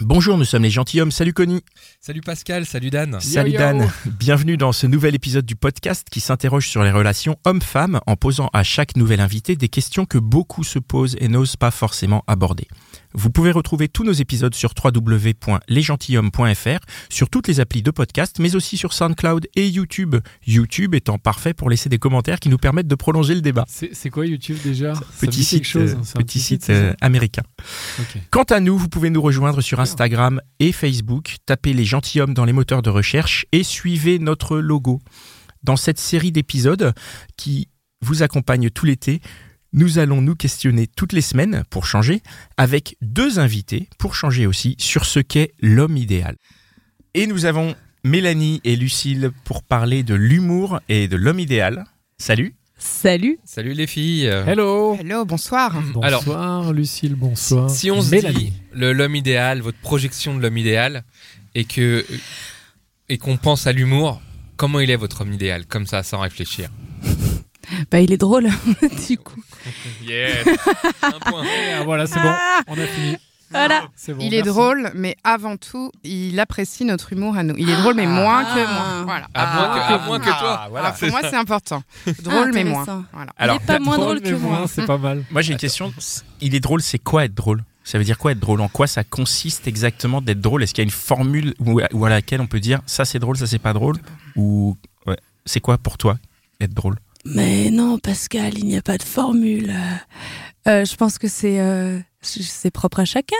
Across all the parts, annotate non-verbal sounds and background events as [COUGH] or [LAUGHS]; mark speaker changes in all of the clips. Speaker 1: Bonjour, nous sommes les gentilshommes. Salut Conny.
Speaker 2: Salut Pascal, salut Dan.
Speaker 1: Salut
Speaker 2: yo.
Speaker 1: Dan. Bienvenue dans ce nouvel épisode du podcast qui s'interroge sur les relations hommes-femmes en posant à chaque nouvel invité des questions que beaucoup se posent et n'osent pas forcément aborder. Vous pouvez retrouver tous nos épisodes sur www.lesgentilhommes.fr, sur toutes les applis de podcast, mais aussi sur SoundCloud et YouTube. YouTube étant parfait pour laisser des commentaires qui nous permettent de prolonger le débat.
Speaker 3: C'est c'est quoi YouTube déjà [LAUGHS] Ça me dit
Speaker 1: Petit
Speaker 3: quelque
Speaker 1: site,
Speaker 3: chose, hein,
Speaker 1: euh,
Speaker 3: c'est un
Speaker 1: petit site
Speaker 3: c'est
Speaker 1: euh, américain.
Speaker 3: ça Ok.
Speaker 1: Quant à nous, vous pouvez nous rejoindre sur Instagram et Facebook, tapez les gentilshommes dans les moteurs de recherche et suivez notre logo. Dans cette série d'épisodes qui vous accompagne tout l'été, nous allons nous questionner toutes les semaines pour changer avec deux invités pour changer aussi sur ce qu'est l'homme idéal. Et nous avons Mélanie et Lucille pour parler de l'humour et de l'homme idéal. Salut.
Speaker 4: Salut.
Speaker 2: Salut les filles.
Speaker 3: Hello
Speaker 5: Hello, bonsoir.
Speaker 2: Alors-
Speaker 3: Bonsoir Lucille, bonsoir.
Speaker 2: Si on se
Speaker 3: Mélanie.
Speaker 2: dit le- l'homme idéal, votre projection de l'homme idéal, et que et qu'on pense à l'humour, comment il est votre homme idéal Comme ça, sans réfléchir.
Speaker 4: Bah il est drôle [LAUGHS] du coup.
Speaker 2: Yes. Un point.
Speaker 3: Ah, voilà, c'est bon, on a fini.
Speaker 4: Voilà.
Speaker 3: C'est bon,
Speaker 5: Il est
Speaker 3: merci.
Speaker 5: drôle, mais avant tout, il apprécie notre humour à nous. Il est drôle, mais moins que
Speaker 3: Ah.
Speaker 5: moi. Voilà.
Speaker 2: À moins que- à moins que toi.
Speaker 5: Ah,
Speaker 2: Voilà.
Speaker 5: pour moi,
Speaker 3: [LAUGHS]
Speaker 5: c'est important.
Speaker 3: Ah,
Speaker 5: Drôle, mais moins.
Speaker 4: Intéressant.
Speaker 5: Voilà.
Speaker 4: Il est pas moins drôle
Speaker 3: mais
Speaker 4: que moi.
Speaker 3: moins, C'est pas mal.
Speaker 1: Moi j'ai une question. Il est drôle, c'est quoi être drôle Ça veut dire quoi être drôle En quoi ça consiste exactement d'être drôle Est-ce qu'il y a une formule ou à, ou à laquelle on peut dire ça c'est drôle, ça c'est pas drôle Ou ouais. c'est quoi pour toi être drôle
Speaker 4: Mais non, Pascal, il n'y a pas de formule. Euh, je pense que c'est euh, c'est c'est propre à chacun.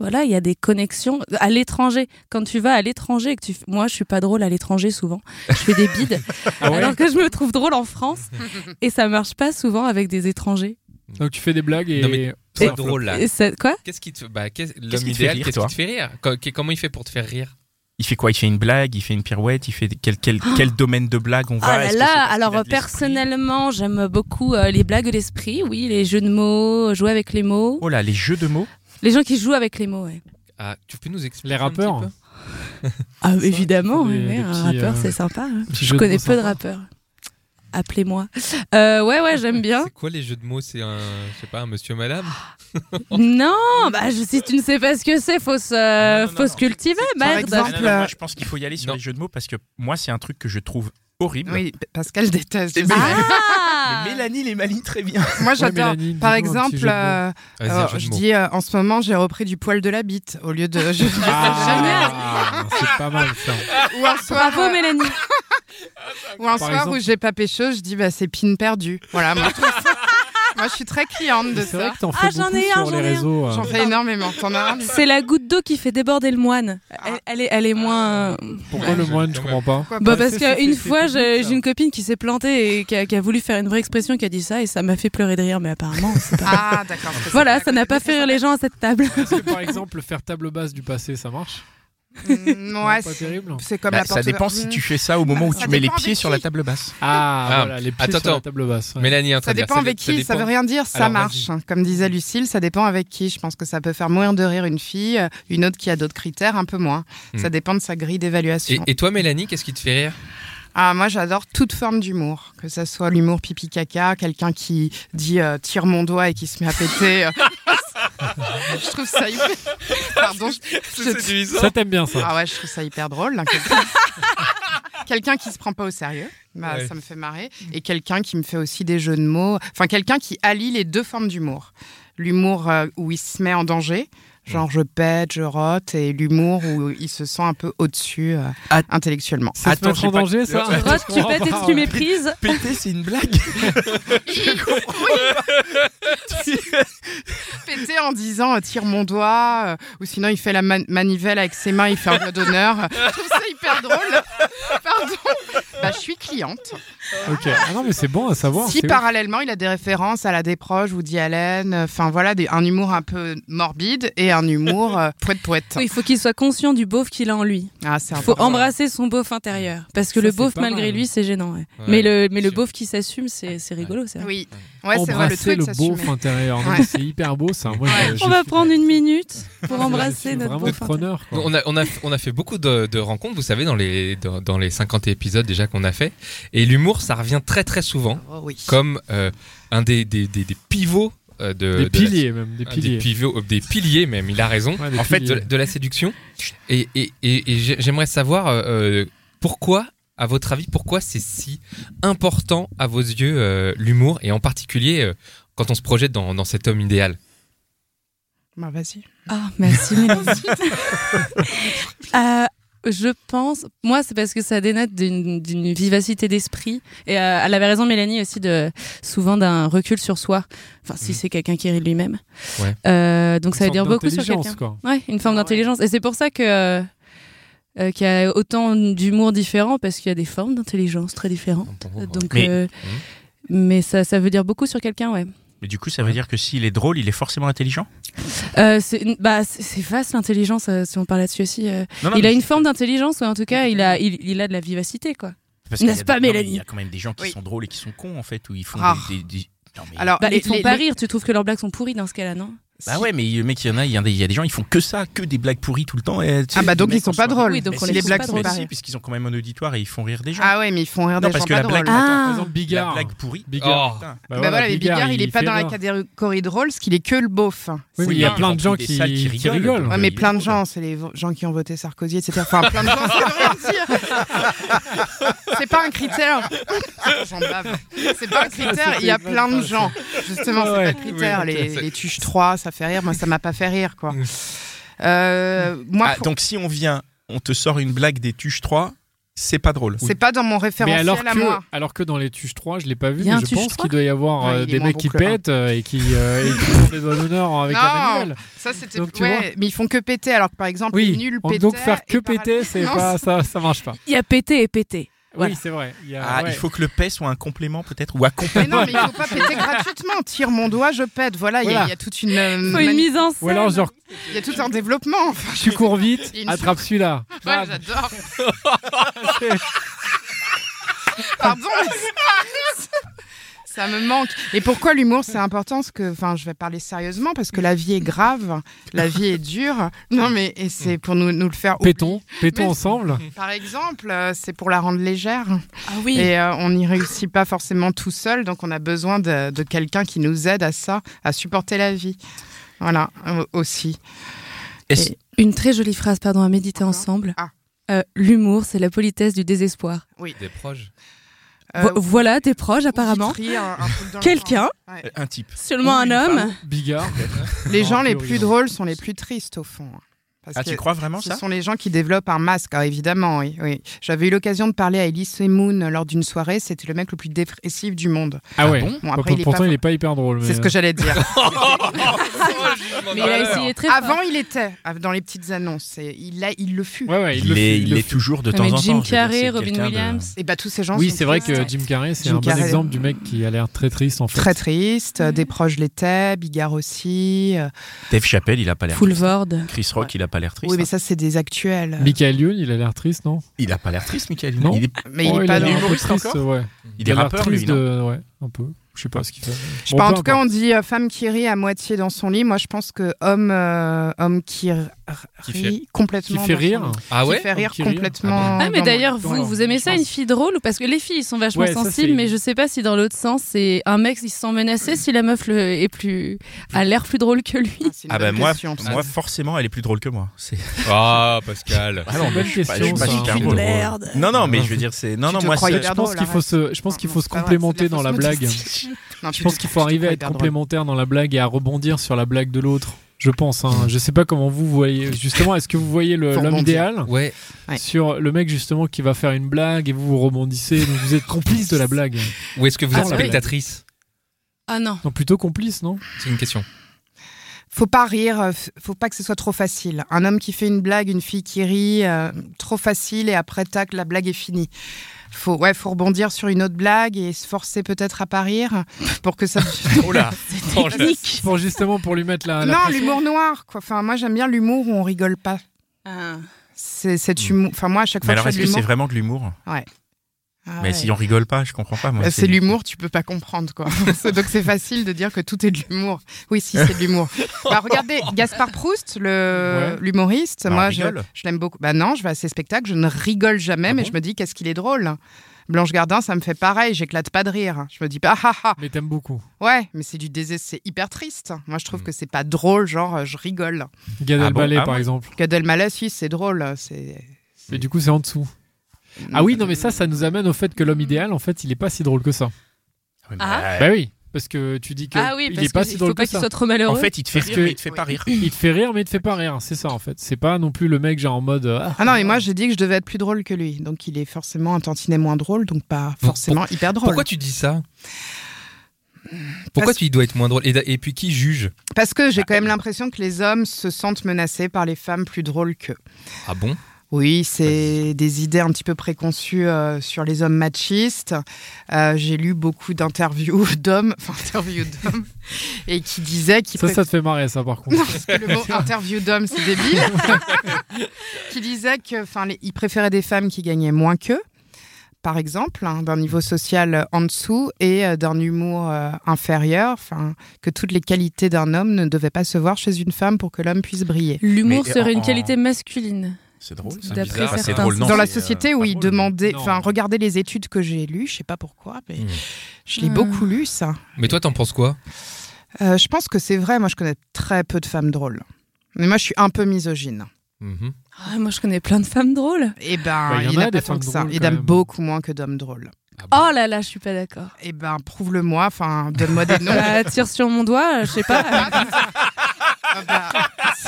Speaker 4: Voilà, il y a des connexions à l'étranger. Quand tu vas à l'étranger, et que tu, f- moi, je suis pas drôle à l'étranger souvent. Je fais des
Speaker 1: [LAUGHS]
Speaker 4: bides,
Speaker 1: Ah
Speaker 4: alors que je me trouve drôle en France, et ça marche pas souvent avec des étrangers.
Speaker 3: Donc tu fais des blagues et.
Speaker 2: Non, mais-
Speaker 3: Et-
Speaker 2: Toi, drôle là.
Speaker 4: Et ça- quoi
Speaker 2: Qu'est-ce qui te bah, qu'est-
Speaker 1: Qu'est-ce
Speaker 2: l'homme
Speaker 1: qui te fait
Speaker 2: idéal
Speaker 1: rire,
Speaker 2: Qu'est-ce
Speaker 1: toi
Speaker 2: qui te fait rire Co- qu- Comment il fait pour te faire rire
Speaker 1: Il fait quoi Il fait une blague Il fait une pirouette Il fait des- quel, quel, quel domaine de blague on va
Speaker 4: Oh Ah là
Speaker 1: Est-ce que c'est
Speaker 4: là,
Speaker 1: parce qu'il a
Speaker 4: alors
Speaker 1: de l'esprit
Speaker 4: personnellement, j'aime beaucoup euh, les blagues de l'esprit, oui, les jeux de mots, jouer avec les mots.
Speaker 1: Oh là, les jeux de mots
Speaker 4: Les gens qui jouent avec les mots, ouais.
Speaker 2: Ah, tu peux nous expliquer
Speaker 3: Les
Speaker 2: un petit
Speaker 3: rappeurs.
Speaker 2: peu
Speaker 4: Ah,
Speaker 3: ça,
Speaker 4: évidemment,
Speaker 3: des-
Speaker 4: oui,
Speaker 3: des
Speaker 4: oui, un
Speaker 3: petits,
Speaker 4: rappeur,
Speaker 3: euh,
Speaker 4: c'est sympa. hein.
Speaker 3: petits
Speaker 4: Je
Speaker 3: jeux de
Speaker 4: connais
Speaker 3: mots
Speaker 4: peu de
Speaker 3: sympas.
Speaker 4: rappeurs. Appelez-moi. Euh, ouais, ouais, j'aime
Speaker 2: [LAUGHS]
Speaker 4: bien.
Speaker 2: C'est quoi les jeux de mots C'est un, je sais pas, un monsieur, madame
Speaker 4: Non, bah, je, si tu ne sais pas ce que c'est, faut se,
Speaker 1: Non, non, non,
Speaker 4: faut
Speaker 1: non.
Speaker 4: se cultiver,
Speaker 5: Par
Speaker 4: merde.
Speaker 1: Ah
Speaker 5: exemple,
Speaker 1: non, non, moi,
Speaker 5: euh,
Speaker 1: Je pense qu'il faut y aller sur
Speaker 2: Non.
Speaker 1: les jeux de mots parce que moi c'est un truc que je trouve horrible.
Speaker 5: Oui, Pascal déteste. je sais.
Speaker 1: [LAUGHS]
Speaker 4: Ah
Speaker 1: Mais Mélanie les maligne très bien.
Speaker 5: Moi, j'adore.
Speaker 3: Mélanie, dis-nous
Speaker 5: Par
Speaker 3: un petit jeu
Speaker 5: exemple,
Speaker 3: de mots.
Speaker 5: euh,
Speaker 2: Vas-y, un
Speaker 5: alors,
Speaker 2: jeu de
Speaker 5: je
Speaker 2: mots.
Speaker 5: dis euh, en ce moment, j'ai repris du poil de la bite au lieu de. [LAUGHS] je-
Speaker 1: [LAUGHS]
Speaker 3: Ah, c'est pas mal ça.
Speaker 5: Ou un soir,
Speaker 4: Bravo,
Speaker 5: euh,
Speaker 4: Mélanie.
Speaker 5: ou un
Speaker 3: Par
Speaker 5: soir
Speaker 3: exemple.
Speaker 5: où j'ai pas pécho, je dis bah c'est pin perdu. Voilà. Moi, je trouve ça- [LAUGHS] moi, je suis très cliente de
Speaker 3: C'est vrai
Speaker 5: ça.
Speaker 3: que t'en fais
Speaker 4: Ah, j'en
Speaker 3: beaucoup
Speaker 4: ai un,
Speaker 3: sur
Speaker 4: j'en
Speaker 3: les
Speaker 4: ai un.
Speaker 3: réseaux. euh.
Speaker 5: J'en fais énormément.
Speaker 3: [LAUGHS]
Speaker 5: T'en as un du-
Speaker 4: C'est la goutte d'eau qui fait déborder le moine. Elle, elle est, elle est moins. euh,
Speaker 1: Ah,
Speaker 3: Pourquoi le
Speaker 2: Ouais,
Speaker 3: moine
Speaker 2: je-
Speaker 3: Je comprends pas.
Speaker 5: Pourquoi
Speaker 4: Bah
Speaker 5: pas
Speaker 4: parce qu'une fois, j'ai j'ai une copine qui s'est plantée et qui a, qui a voulu faire une vraie expression, qui a dit ça et ça m'a fait pleurer de rire, mais apparemment, c'est pas...
Speaker 5: Ah d'accord. parce que
Speaker 4: Voilà,
Speaker 5: c'est
Speaker 4: ça n'a pas fait rire les gens à cette table.
Speaker 3: Est-ce que par exemple, faire table basse du passé, ça marche [LAUGHS]
Speaker 5: Mm,
Speaker 3: Non,
Speaker 5: ouais,
Speaker 3: Pas
Speaker 5: c'est-
Speaker 3: terrible.
Speaker 5: c'est comme
Speaker 1: Bah,
Speaker 5: la
Speaker 1: ça
Speaker 5: porte-
Speaker 1: dépend si
Speaker 5: Mm.
Speaker 1: tu fais ça au moment où
Speaker 5: Ça
Speaker 1: tu mets les
Speaker 5: dépend
Speaker 1: pieds
Speaker 5: avec
Speaker 1: sur la
Speaker 5: qui.
Speaker 1: table
Speaker 5: [LAUGHS]
Speaker 1: basse.
Speaker 3: Ah,
Speaker 2: Ah,
Speaker 3: voilà, les pieds
Speaker 2: attends,
Speaker 3: sur la
Speaker 2: attends.
Speaker 3: table basse. ouais.
Speaker 2: Mélanie, est en train
Speaker 5: Ça
Speaker 2: de dire,
Speaker 5: dépend avec qui, ça veut
Speaker 2: dépend.
Speaker 5: rien dire, ça
Speaker 2: Alors,
Speaker 5: marche. Comme disait Lucille, ça dépend avec qui. Je pense que ça peut faire mourir de rire une fille, euh, une autre qui a d'autres critères, un peu moins.
Speaker 2: Hmm.
Speaker 5: Ça dépend de sa grille d'évaluation.
Speaker 2: Et, et toi, Mélanie, qu'est-ce qui te fait rire
Speaker 5: Ah, moi, j'adore toute forme d'humour, que ça soit l'humour pipi caca, quelqu'un qui dit euh, tire mon doigt et qui se met à péter. euh. [LAUGHS] je trouve ça hyper. Pardon. je-
Speaker 2: C'est
Speaker 5: je-
Speaker 2: séduisant.
Speaker 3: Ça t'aime bien ça.
Speaker 5: Ah ouais, je trouve ça hyper drôle. d'un côté. [LAUGHS] quelqu'un qui se prend pas au sérieux, bah,
Speaker 2: Ouais.
Speaker 5: ça me fait marrer. Et quelqu'un qui me fait aussi des jeux de mots. Enfin, quelqu'un qui allie les deux formes d'humour. L'humour euh, où il se met en danger, Genre, je pète, je rote, et l'humour où il se sent un peu au-dessus euh,
Speaker 1: Ah.
Speaker 5: intellectuellement. [LAUGHS]
Speaker 3: C'est se
Speaker 1: Attends,
Speaker 3: mettre
Speaker 1: j'ai
Speaker 3: en
Speaker 1: pas-
Speaker 3: danger, ça
Speaker 1: Ouais.
Speaker 4: Ross, Oh, tu pètes et tu méprises.
Speaker 1: Péter, c'est une blague
Speaker 5: Péter en disant euh, tire mon doigt, euh, ou sinon il fait la man- manivelle avec ses mains, il fait un doigt d'honneur. [LAUGHS] Je trouve ça hyper drôle. Pardon. Bah, je suis cliente.
Speaker 3: Ok. Ah non, mais c'est bon à savoir.
Speaker 5: si
Speaker 3: c'est
Speaker 5: parallèlement il a des références à la Desproges, Woody Allen, euh, enfin voilà, des- un humour un peu morbide et un
Speaker 4: [LAUGHS]
Speaker 5: humour euh, poète-poète.
Speaker 4: Oui, il faut qu'il soit conscient du beauf qu'il a en lui.
Speaker 5: Ah, c'est
Speaker 4: Il faut
Speaker 5: important.
Speaker 4: embrasser son beauf intérieur. Parce que
Speaker 3: Ça,
Speaker 4: le
Speaker 3: c'est
Speaker 4: beauf,
Speaker 3: pas mal.
Speaker 4: malgré lui, c'est gênant. ouais.
Speaker 2: Ouais,
Speaker 4: mais le, mais le
Speaker 2: sûr.
Speaker 4: beauf qui s'assume, c'est c'est rigolo. Ça.
Speaker 5: Oui,
Speaker 3: ouf.
Speaker 5: ouais, c'est vrai, le
Speaker 3: embrasser
Speaker 5: truc
Speaker 3: le, beauf
Speaker 5: s'assumer.
Speaker 3: intérieur. Non,
Speaker 5: Ouais.
Speaker 3: mais C'est hyper beau, ça. Moi, je- je
Speaker 4: On va
Speaker 3: suis-
Speaker 4: prendre une minute pour
Speaker 3: je suis
Speaker 4: embrasser notre
Speaker 3: vraiment
Speaker 4: beauf intérieur.
Speaker 3: preneur. quoi.
Speaker 2: On a, on, a, on a fait beaucoup de, de rencontres, vous savez, dans les, dans, dans les 50 épisodes déjà qu'on a fait. Et l'humour, ça revient très très souvent
Speaker 5: Oh oui.
Speaker 2: comme euh, un des, des, des, des pivots euh, de.
Speaker 3: Des
Speaker 2: de la-
Speaker 3: piliers, même. Des
Speaker 2: un Des,
Speaker 3: piliers.
Speaker 2: pivots, euh, des piliers même, il a raison.
Speaker 3: Ouais, des
Speaker 2: en fait, de,
Speaker 3: piliers.
Speaker 2: de la séduction. Et, et, et, et j'ai- j'aimerais savoir euh, euh, pourquoi, à votre avis, pourquoi c'est si important à vos yeux euh, l'humour et en particulier euh, quand on se projette dans, dans cet homme idéal.
Speaker 5: Bah, vas-y.
Speaker 4: Ah, merci
Speaker 3: [LAUGHS]
Speaker 4: Mélanie. Euh, je pense, moi, c'est parce que ça dénote d'une d'une vivacité d'esprit. Et euh, elle avait raison, Mélanie, aussi, de, souvent d'un recul sur soi. Enfin, si
Speaker 2: Mhm.
Speaker 4: c'est quelqu'un qui rit de lui-même.
Speaker 2: Ouais.
Speaker 4: Euh, donc ça veut
Speaker 3: Une
Speaker 4: dire
Speaker 3: sorte
Speaker 4: beaucoup sur
Speaker 3: d'intelligence,
Speaker 4: quelqu'un.
Speaker 3: quoi.
Speaker 4: Ouais, une forme
Speaker 5: Ah ouais.
Speaker 4: d'intelligence. Et c'est pour ça que. euh, euh, qu'il y a autant d'humour différent parce qu'il y a des formes d'intelligence très différentes.
Speaker 2: Oh.
Speaker 4: Donc,
Speaker 1: Mais-
Speaker 4: euh, mais ça, ça veut dire beaucoup sur quelqu'un, ouais.
Speaker 1: Mais du coup, ça veut dire que s'il est drôle, il est forcément intelligent
Speaker 4: Euh, c'est bah, c'est- c'est vaste l'intelligence, euh, si on parle là-dessus aussi. euh.
Speaker 1: Non, non,
Speaker 4: il
Speaker 1: mais
Speaker 4: a une
Speaker 1: c'est-
Speaker 4: forme d'intelligence, ouais, en tout cas, il a, il, il a de la vivacité, quoi.
Speaker 1: parce qu'il y a
Speaker 4: n'est-ce
Speaker 1: des-
Speaker 4: pas,
Speaker 1: non, mais
Speaker 4: Mélanie
Speaker 1: Il y a quand même des gens qui
Speaker 5: Oui.
Speaker 1: sont drôles et qui sont cons, en fait, où ils font
Speaker 5: Rares.
Speaker 1: des. des- des- Non, mais-
Speaker 5: Alors,
Speaker 4: Bah,
Speaker 5: les-
Speaker 4: ils te font
Speaker 5: Ah, les-
Speaker 4: pas
Speaker 5: les-
Speaker 4: rire, tu trouves que leurs blagues sont pourries dans ce cas-là, non
Speaker 1: Bah ouais, mais le mec, il y en a, il y en a, il y a des gens, ils font que ça, que des blagues pourries tout le temps. et, tu sais,
Speaker 5: Ah, bah,
Speaker 1: les
Speaker 5: donc
Speaker 1: mecs
Speaker 5: ils sont
Speaker 1: en
Speaker 5: pas
Speaker 1: soirée-
Speaker 5: drôles.
Speaker 4: Oui, donc
Speaker 1: Mais si,
Speaker 4: on les
Speaker 5: les
Speaker 4: trouve
Speaker 5: blagues
Speaker 4: pas
Speaker 5: sont
Speaker 4: drôles.
Speaker 1: Mais
Speaker 5: pas
Speaker 1: si, puisqu'ils ont quand même un auditoire et ils font rire des gens.
Speaker 5: Ah ouais, mais ils font rire
Speaker 1: Non,
Speaker 5: des
Speaker 1: parce
Speaker 5: gens
Speaker 1: que
Speaker 5: pas
Speaker 1: la blague,
Speaker 5: drôles.
Speaker 4: Ah.
Speaker 1: attends, par exemple,
Speaker 3: Par exemple,
Speaker 1: la
Speaker 3: Bigard.
Speaker 1: blague pourrie.
Speaker 2: Oh.
Speaker 3: Bigard. putain.
Speaker 5: Bah voilà, les Bigard, il est pas
Speaker 3: fait
Speaker 5: dans la
Speaker 3: rire.
Speaker 5: catégorie drôle parce qu'il est que le beauf.
Speaker 3: Oui, mais
Speaker 1: C'est
Speaker 3: il y a
Speaker 1: bien,
Speaker 3: plein de
Speaker 1: ils
Speaker 3: gens
Speaker 1: font des
Speaker 3: qui,
Speaker 1: salles qui
Speaker 3: qui
Speaker 1: rigolent.
Speaker 3: rigolent.
Speaker 1: Ouais,
Speaker 5: Ouais,
Speaker 1: il
Speaker 5: mais
Speaker 1: est
Speaker 5: plein de
Speaker 1: drôle.
Speaker 5: gens, c'est les vo- gens qui ont voté Sarkozy, etc. Enfin, plein de gens, c'est drôle
Speaker 3: [LAUGHS]
Speaker 5: de dire. C'est pas un critère. J'en bave. C'est pas un critère, il y a plein de gens. Justement, c'est pas
Speaker 3: Ouais.
Speaker 5: le critère.
Speaker 2: Oui,
Speaker 5: Les,
Speaker 2: c'est-
Speaker 5: les tuches 3, ça fait rire. Moi, ça m'a pas fait rire, quoi.
Speaker 3: Mm.
Speaker 5: Euh, moi,
Speaker 1: Ah,
Speaker 5: pour-
Speaker 1: donc si on vient, on te sort une blague des tuches 3, c'est pas drôle.
Speaker 5: c'est pas dans mon
Speaker 3: Mais
Speaker 5: référentiel
Speaker 3: alors
Speaker 5: à
Speaker 3: que,
Speaker 5: moi.
Speaker 3: alors que dans les tuches 3, je l'ai pas vu,
Speaker 4: Il y a
Speaker 3: mais
Speaker 4: un
Speaker 3: je
Speaker 4: Tuche
Speaker 3: pense
Speaker 4: 3?
Speaker 3: qu'il doit y avoir
Speaker 5: Ouais,
Speaker 3: euh,
Speaker 5: il est
Speaker 3: des
Speaker 5: moins
Speaker 3: mecs
Speaker 5: bon
Speaker 3: qui
Speaker 5: que le un.
Speaker 3: pètent euh, et qui, euh, et qui font des honneurs avec la
Speaker 5: Non.
Speaker 3: manivelle.
Speaker 5: Ça, c'était.
Speaker 3: Donc, tu vois.
Speaker 5: Ouais, mais ils font que péter, alors que par exemple,
Speaker 3: Oui,
Speaker 5: les nuls
Speaker 3: on-
Speaker 5: pétaient.
Speaker 3: donc faire que
Speaker 5: et par-
Speaker 3: péter, c'est [LAUGHS]
Speaker 5: Non,
Speaker 3: pas ça, ça marche pas.
Speaker 4: Il y a pété et pété. Voilà.
Speaker 3: Oui, c'est vrai. Il y a-
Speaker 1: Ah,
Speaker 3: ouais.
Speaker 1: il faut que le paix soit un complément peut-être ou à
Speaker 5: Mais non, mais il faut pas péter gratuitement. Tire mon doigt, je pète. Voilà, il y a-
Speaker 3: Voilà.
Speaker 5: il y, a toute une. euh,
Speaker 4: Faut une
Speaker 5: mani-
Speaker 4: mise en scène.
Speaker 3: Ou alors, genre,
Speaker 5: Il y a tout un développement. Enfin,
Speaker 3: tu cours vite,
Speaker 5: Il y a une
Speaker 3: attrape celui-là.
Speaker 5: Ouais,
Speaker 3: Bam.
Speaker 4: [LAUGHS]
Speaker 5: j'adore. Pardon. mais- Ça me manque. Et pourquoi l'humour c'est important Parce que, enfin, je vais parler sérieusement parce que la vie est grave, la vie est dure. Non mais et c'est pour nous, nous le faire.
Speaker 3: Pétons, pétons
Speaker 5: Mais- [LAUGHS]
Speaker 3: ensemble.
Speaker 5: Par exemple, euh, c'est pour la rendre légère.
Speaker 4: Ah oui.
Speaker 5: Et euh, on n'y réussit pas forcément tout seul, donc on a besoin de, de quelqu'un qui nous aide à ça, à supporter la vie. Voilà, euh, aussi.
Speaker 1: Est-ce-
Speaker 4: Une très jolie phrase, pardon, à méditer ensemble.
Speaker 5: Ah.
Speaker 4: Euh, L'humour, c'est la politesse du désespoir.
Speaker 2: Des proches.
Speaker 5: Euh,
Speaker 4: Vo- voilà, tes proches, apparemment.
Speaker 5: ou qui trie un- un truc dans le
Speaker 4: Quelqu'un,
Speaker 5: genre. Ouais.
Speaker 1: un type.
Speaker 4: seulement
Speaker 1: Ou
Speaker 4: un
Speaker 1: une
Speaker 4: homme.
Speaker 3: Bigard.
Speaker 5: Les
Speaker 3: Non,
Speaker 5: gens
Speaker 3: a
Speaker 5: les
Speaker 3: priori,
Speaker 5: plus
Speaker 3: non.
Speaker 5: drôles sont les plus tristes au fond. hein. Parce
Speaker 1: Ah,
Speaker 5: que
Speaker 1: tu crois vraiment
Speaker 5: ce
Speaker 1: ça
Speaker 5: sont les gens qui développent un masque, ah, évidemment. Oui, oui. J'avais eu l'occasion de parler à Elise Moon lors d'une soirée. C'était le mec le plus dépressif du monde.
Speaker 3: Ah ouais.
Speaker 1: bon
Speaker 5: Bon,
Speaker 3: Pour-
Speaker 5: après, il est
Speaker 3: Pourtant,
Speaker 5: pas.
Speaker 3: il est pas hyper drôle.
Speaker 5: C'est
Speaker 3: mais-
Speaker 5: ce que j'allais dire.
Speaker 3: [LAUGHS]
Speaker 4: Mais il a essayé très fort.
Speaker 5: Avant, il était av- dans les petites annonces. C'est- Il, a, il le fut.
Speaker 3: Ouais, ouais, il
Speaker 1: Il
Speaker 3: le fait,
Speaker 1: est,
Speaker 3: il
Speaker 1: il
Speaker 3: le
Speaker 1: est
Speaker 3: fait.
Speaker 1: toujours de
Speaker 4: Ah, Mais
Speaker 1: temps en temps. je
Speaker 4: Jim
Speaker 1: veux dire,
Speaker 4: Carrey,
Speaker 1: c'est
Speaker 4: Robin
Speaker 1: quelqu'un de-
Speaker 4: Williams.
Speaker 5: Et bah tous ces gens.
Speaker 3: Oui,
Speaker 5: sont
Speaker 3: c'est vrai
Speaker 5: tristes.
Speaker 3: que Jim Carrey, c'est
Speaker 5: Jim
Speaker 3: un bon
Speaker 5: Carrey.
Speaker 3: exemple du mec qui a l'air très triste en fait.
Speaker 5: Très triste. Des proches l'étaient. Bigard aussi. euh.
Speaker 1: Dave Chappelle, il a pas l'air.
Speaker 4: Fulvord.
Speaker 1: Chris Rock, il a pas l'air triste.
Speaker 5: Oui, mais
Speaker 1: hein.
Speaker 5: ça, c'est des actuels.
Speaker 3: Michael Youn, il a l'air triste, non
Speaker 1: Il a pas l'air triste, Michael.
Speaker 3: Non.
Speaker 1: Il est,
Speaker 5: Mais il
Speaker 3: Oh,
Speaker 5: est pas
Speaker 3: a
Speaker 5: dans-
Speaker 3: l'air un peu
Speaker 1: humoriste
Speaker 3: triste,
Speaker 1: encore
Speaker 3: ouais.
Speaker 1: il est
Speaker 3: a l'air
Speaker 1: rappeur, lui.
Speaker 3: triste
Speaker 1: non
Speaker 3: de- Ouais, un peu. Je sais pas ce qu'il fait.
Speaker 5: Je pense- en tout cas, on dit euh, femme qui rit à moitié dans son lit. Moi, je pense que homme, euh, homme qui, r-
Speaker 2: Qui
Speaker 5: rit complètement.
Speaker 3: Qui fait
Speaker 5: dans son
Speaker 3: rire
Speaker 5: lit.
Speaker 2: Ah
Speaker 5: Qui
Speaker 2: ouais
Speaker 5: fait rire
Speaker 3: Qui rit.
Speaker 5: complètement.
Speaker 4: Ah, mais
Speaker 5: dans
Speaker 4: d'ailleurs,
Speaker 5: mon-
Speaker 4: vous,
Speaker 3: dans-
Speaker 4: vous aimez
Speaker 3: je
Speaker 4: ça,
Speaker 3: pense.
Speaker 4: une fille drôle ou- Parce que les filles, ils sont vachement
Speaker 3: Ouais, ça,
Speaker 4: sensibles,
Speaker 3: c'est-
Speaker 4: mais je sais pas si dans l'autre sens, c'est un mec, il se sent menacé si la meuf le, est plus, a l'air plus drôle que lui.
Speaker 5: Ah, c'est une
Speaker 1: Ah bah
Speaker 5: bonne
Speaker 1: moi,
Speaker 5: question, ça.
Speaker 1: moi forcément, elle est plus drôle que moi. C'est-
Speaker 2: Ah, Pascal.
Speaker 3: C'est une bonne
Speaker 1: pas-
Speaker 3: question.
Speaker 1: je suis pas
Speaker 3: ça.
Speaker 1: super drôle. Non, non, mais je veux dire, c'est non,
Speaker 5: Tu
Speaker 1: non,
Speaker 5: te
Speaker 1: moi,
Speaker 5: croyais
Speaker 1: c'est-
Speaker 5: hyper
Speaker 3: Je pense
Speaker 5: drôle, Ah,
Speaker 3: qu'il faut
Speaker 5: arrête.
Speaker 3: se, je pense qu'il
Speaker 5: Non,
Speaker 3: faut
Speaker 5: non,
Speaker 3: se
Speaker 5: c'est pas vrai,
Speaker 3: complémenter
Speaker 5: c'est de la
Speaker 3: dans la
Speaker 5: fausse [LAUGHS]
Speaker 3: blague.
Speaker 5: modestie. Non, tu
Speaker 3: Je pense
Speaker 5: te-
Speaker 3: qu'il
Speaker 5: tu
Speaker 3: faut
Speaker 5: te
Speaker 3: arriver à
Speaker 5: crois
Speaker 3: être
Speaker 5: hyper drôle.
Speaker 3: complémentaire dans la blague et à rebondir sur la blague de l'autre. Je pense. Hein. Je sais pas comment vous voyez. Justement, est-ce que vous voyez le-
Speaker 5: Faut
Speaker 3: l'homme
Speaker 5: rebondir.
Speaker 3: idéal
Speaker 2: Ouais,
Speaker 5: Ouais.
Speaker 3: sur le mec justement qui va faire une blague et vous vous rebondissez, donc vous êtes complice de la blague.
Speaker 2: ou est-ce que vous
Speaker 3: Ah,
Speaker 2: êtes
Speaker 3: ouais.
Speaker 2: spectatrice
Speaker 4: Ah non.
Speaker 3: Non, plutôt complice, non
Speaker 2: C'est une question.
Speaker 5: Faut pas rire, euh, f- faut pas que ce soit trop facile. Un homme qui fait une blague, une fille qui rit, euh, trop facile et après tac, la blague est finie. Faut, ouais, faut rebondir sur une autre blague et se forcer peut-être à pas rire pour
Speaker 1: [LAUGHS]
Speaker 5: que ça.
Speaker 2: Oh là Oh là.
Speaker 4: Technique.
Speaker 3: Pour justement pour lui mettre la. la
Speaker 5: non,
Speaker 3: pression.
Speaker 5: l'humour noir. Quoi. Enfin, moi j'aime bien l'humour où on rigole pas.
Speaker 1: Ah.
Speaker 5: C'est cet humour. Enfin, moi à chaque
Speaker 1: Hmm. Mais
Speaker 5: fois
Speaker 1: alors,
Speaker 5: que je
Speaker 1: est-ce
Speaker 5: fais
Speaker 1: que
Speaker 5: de
Speaker 1: c'est
Speaker 5: l'humour.
Speaker 1: vraiment de l'humour
Speaker 5: Ah
Speaker 1: Mais
Speaker 5: ouais.
Speaker 1: si on rigole pas, je comprends pas. moi,
Speaker 5: Euh, C'est l'humour, tu peux pas comprendre quoi. C'est- Donc c'est facile de dire que tout est de l'humour. Oui, si c'est de l'humour. Bah, regardez Gaspard Proust, le
Speaker 3: Ouais.
Speaker 5: l'humoriste.
Speaker 1: Bah, on
Speaker 5: Moi, je,
Speaker 1: rigole.
Speaker 5: je l'aime beaucoup. Bah non, je vais à ses spectacles, je ne rigole jamais,
Speaker 1: Ah
Speaker 5: mais
Speaker 1: bon
Speaker 5: je me dis qu'est-ce qu'il est drôle. hein. Blanche Gardin, ça me fait pareil, j'éclate pas de rire. Je me dis pas, ah, ah,
Speaker 3: Mais t'aimes beaucoup.
Speaker 5: ah. ouais, mais c'est du désespoir, c'est hyper triste. Moi, je trouve
Speaker 2: Mm.
Speaker 5: que c'est pas drôle, genre euh, je rigole.
Speaker 3: Gad
Speaker 1: Ah bon
Speaker 3: Elmaleh
Speaker 1: Ah
Speaker 3: par
Speaker 1: ouais.
Speaker 3: exemple.
Speaker 5: Gad Elmaleh, si, c'est drôle, euh, c'est.
Speaker 3: Mais du coup, c'est en dessous. Ah oui, non, mais ça, ça nous amène au fait que l'homme idéal, en fait, il est pas si drôle que ça.
Speaker 1: Oui, mais,
Speaker 4: Ah.
Speaker 1: euh,
Speaker 3: Bah oui, parce que tu dis que
Speaker 4: Ah oui,
Speaker 3: il
Speaker 4: parce
Speaker 3: est pas
Speaker 4: que
Speaker 3: si
Speaker 4: il
Speaker 3: drôle
Speaker 4: faut pas
Speaker 3: que ça.
Speaker 4: qu'il soit trop malheureux.
Speaker 1: En fait, il te fait
Speaker 5: Parce
Speaker 1: rire,
Speaker 5: que-
Speaker 1: mais il te fait pas rire.
Speaker 3: Il te fait rire, mais il te fait pas rire. C'est ça en fait. C'est pas non plus le mec genre en mode. euh, Ah,
Speaker 5: Ah non, et moi j'ai dit que je devais être plus drôle que lui, donc il est forcément un tantinet moins drôle, donc pas forcément hyper drôle.
Speaker 2: Pourquoi tu dis ça Pourquoi tu dois être moins drôle et, d'a- et puis qui juge
Speaker 5: Parce que
Speaker 3: Ah.
Speaker 5: j'ai quand même l'impression que les hommes se sentent menacés par les femmes plus drôles qu'eux.
Speaker 2: Ah bon
Speaker 5: Oui,
Speaker 3: Ah.
Speaker 5: c'est des idées un petit peu préconçues euh, sur les hommes machistes. Euh, j'ai lu beaucoup d'interviews [LAUGHS] d'hommes, enfin interviews d'hommes, et qui disaient qu'ils
Speaker 3: ça, ça
Speaker 5: préfèrent
Speaker 3: te fait marrer ça par contre.
Speaker 5: [LAUGHS] non, parce que le
Speaker 1: [LAUGHS]
Speaker 5: mot interview d'homme, c'est débile. qui disait que, enfin, les- il préférait des femmes qui gagnaient moins qu'eux, par exemple, hein, d'un niveau social euh, en dessous et euh, d'un humour euh, inférieur. Enfin, que toutes les qualités d'un homme ne devaient pas se voir chez une femme pour que l'homme puisse briller.
Speaker 4: L'humour
Speaker 1: Mais oh.
Speaker 4: serait
Speaker 1: en-
Speaker 4: une qualité masculine.
Speaker 1: C'est drôle.
Speaker 4: ça. D'après
Speaker 1: Enfin, c'est
Speaker 4: certains,
Speaker 1: drôle, non,
Speaker 5: Dans la
Speaker 1: c'est, euh,
Speaker 5: société,
Speaker 1: pas
Speaker 5: oui,
Speaker 1: drôle, mais-
Speaker 5: demandez,
Speaker 3: Non.
Speaker 5: enfin, regardez les études que j'ai lues, je sais pas pourquoi, mais
Speaker 2: Hmm.
Speaker 5: je l'ai
Speaker 4: Hmm.
Speaker 5: beaucoup lu ça.
Speaker 2: Mais toi, t'en penses quoi
Speaker 5: Euh, je pense que c'est vrai. Moi, je connais très peu de femmes drôles. Mais moi, je suis un peu misogyne.
Speaker 2: Mhm.
Speaker 4: Ah, moi, je connais plein de femmes drôles.
Speaker 5: Eh ben,
Speaker 3: Bah, il y
Speaker 5: il y
Speaker 3: en
Speaker 5: en
Speaker 3: a
Speaker 5: a
Speaker 3: des
Speaker 5: pas tant que
Speaker 3: femmes
Speaker 5: ça.
Speaker 3: drôles,
Speaker 5: Il y
Speaker 3: quand
Speaker 5: en a
Speaker 3: même.
Speaker 5: beaucoup moins que d'hommes drôles.
Speaker 2: Ah bon
Speaker 4: Oh là là, je suis pas d'accord.
Speaker 5: Eh ben, prouve-le-moi. Enfin, donne-moi des noms.
Speaker 4: [LAUGHS] Bah, tire sur mon doigt, je
Speaker 1: [LAUGHS]
Speaker 4: sais pas.
Speaker 5: Ah bah, tu,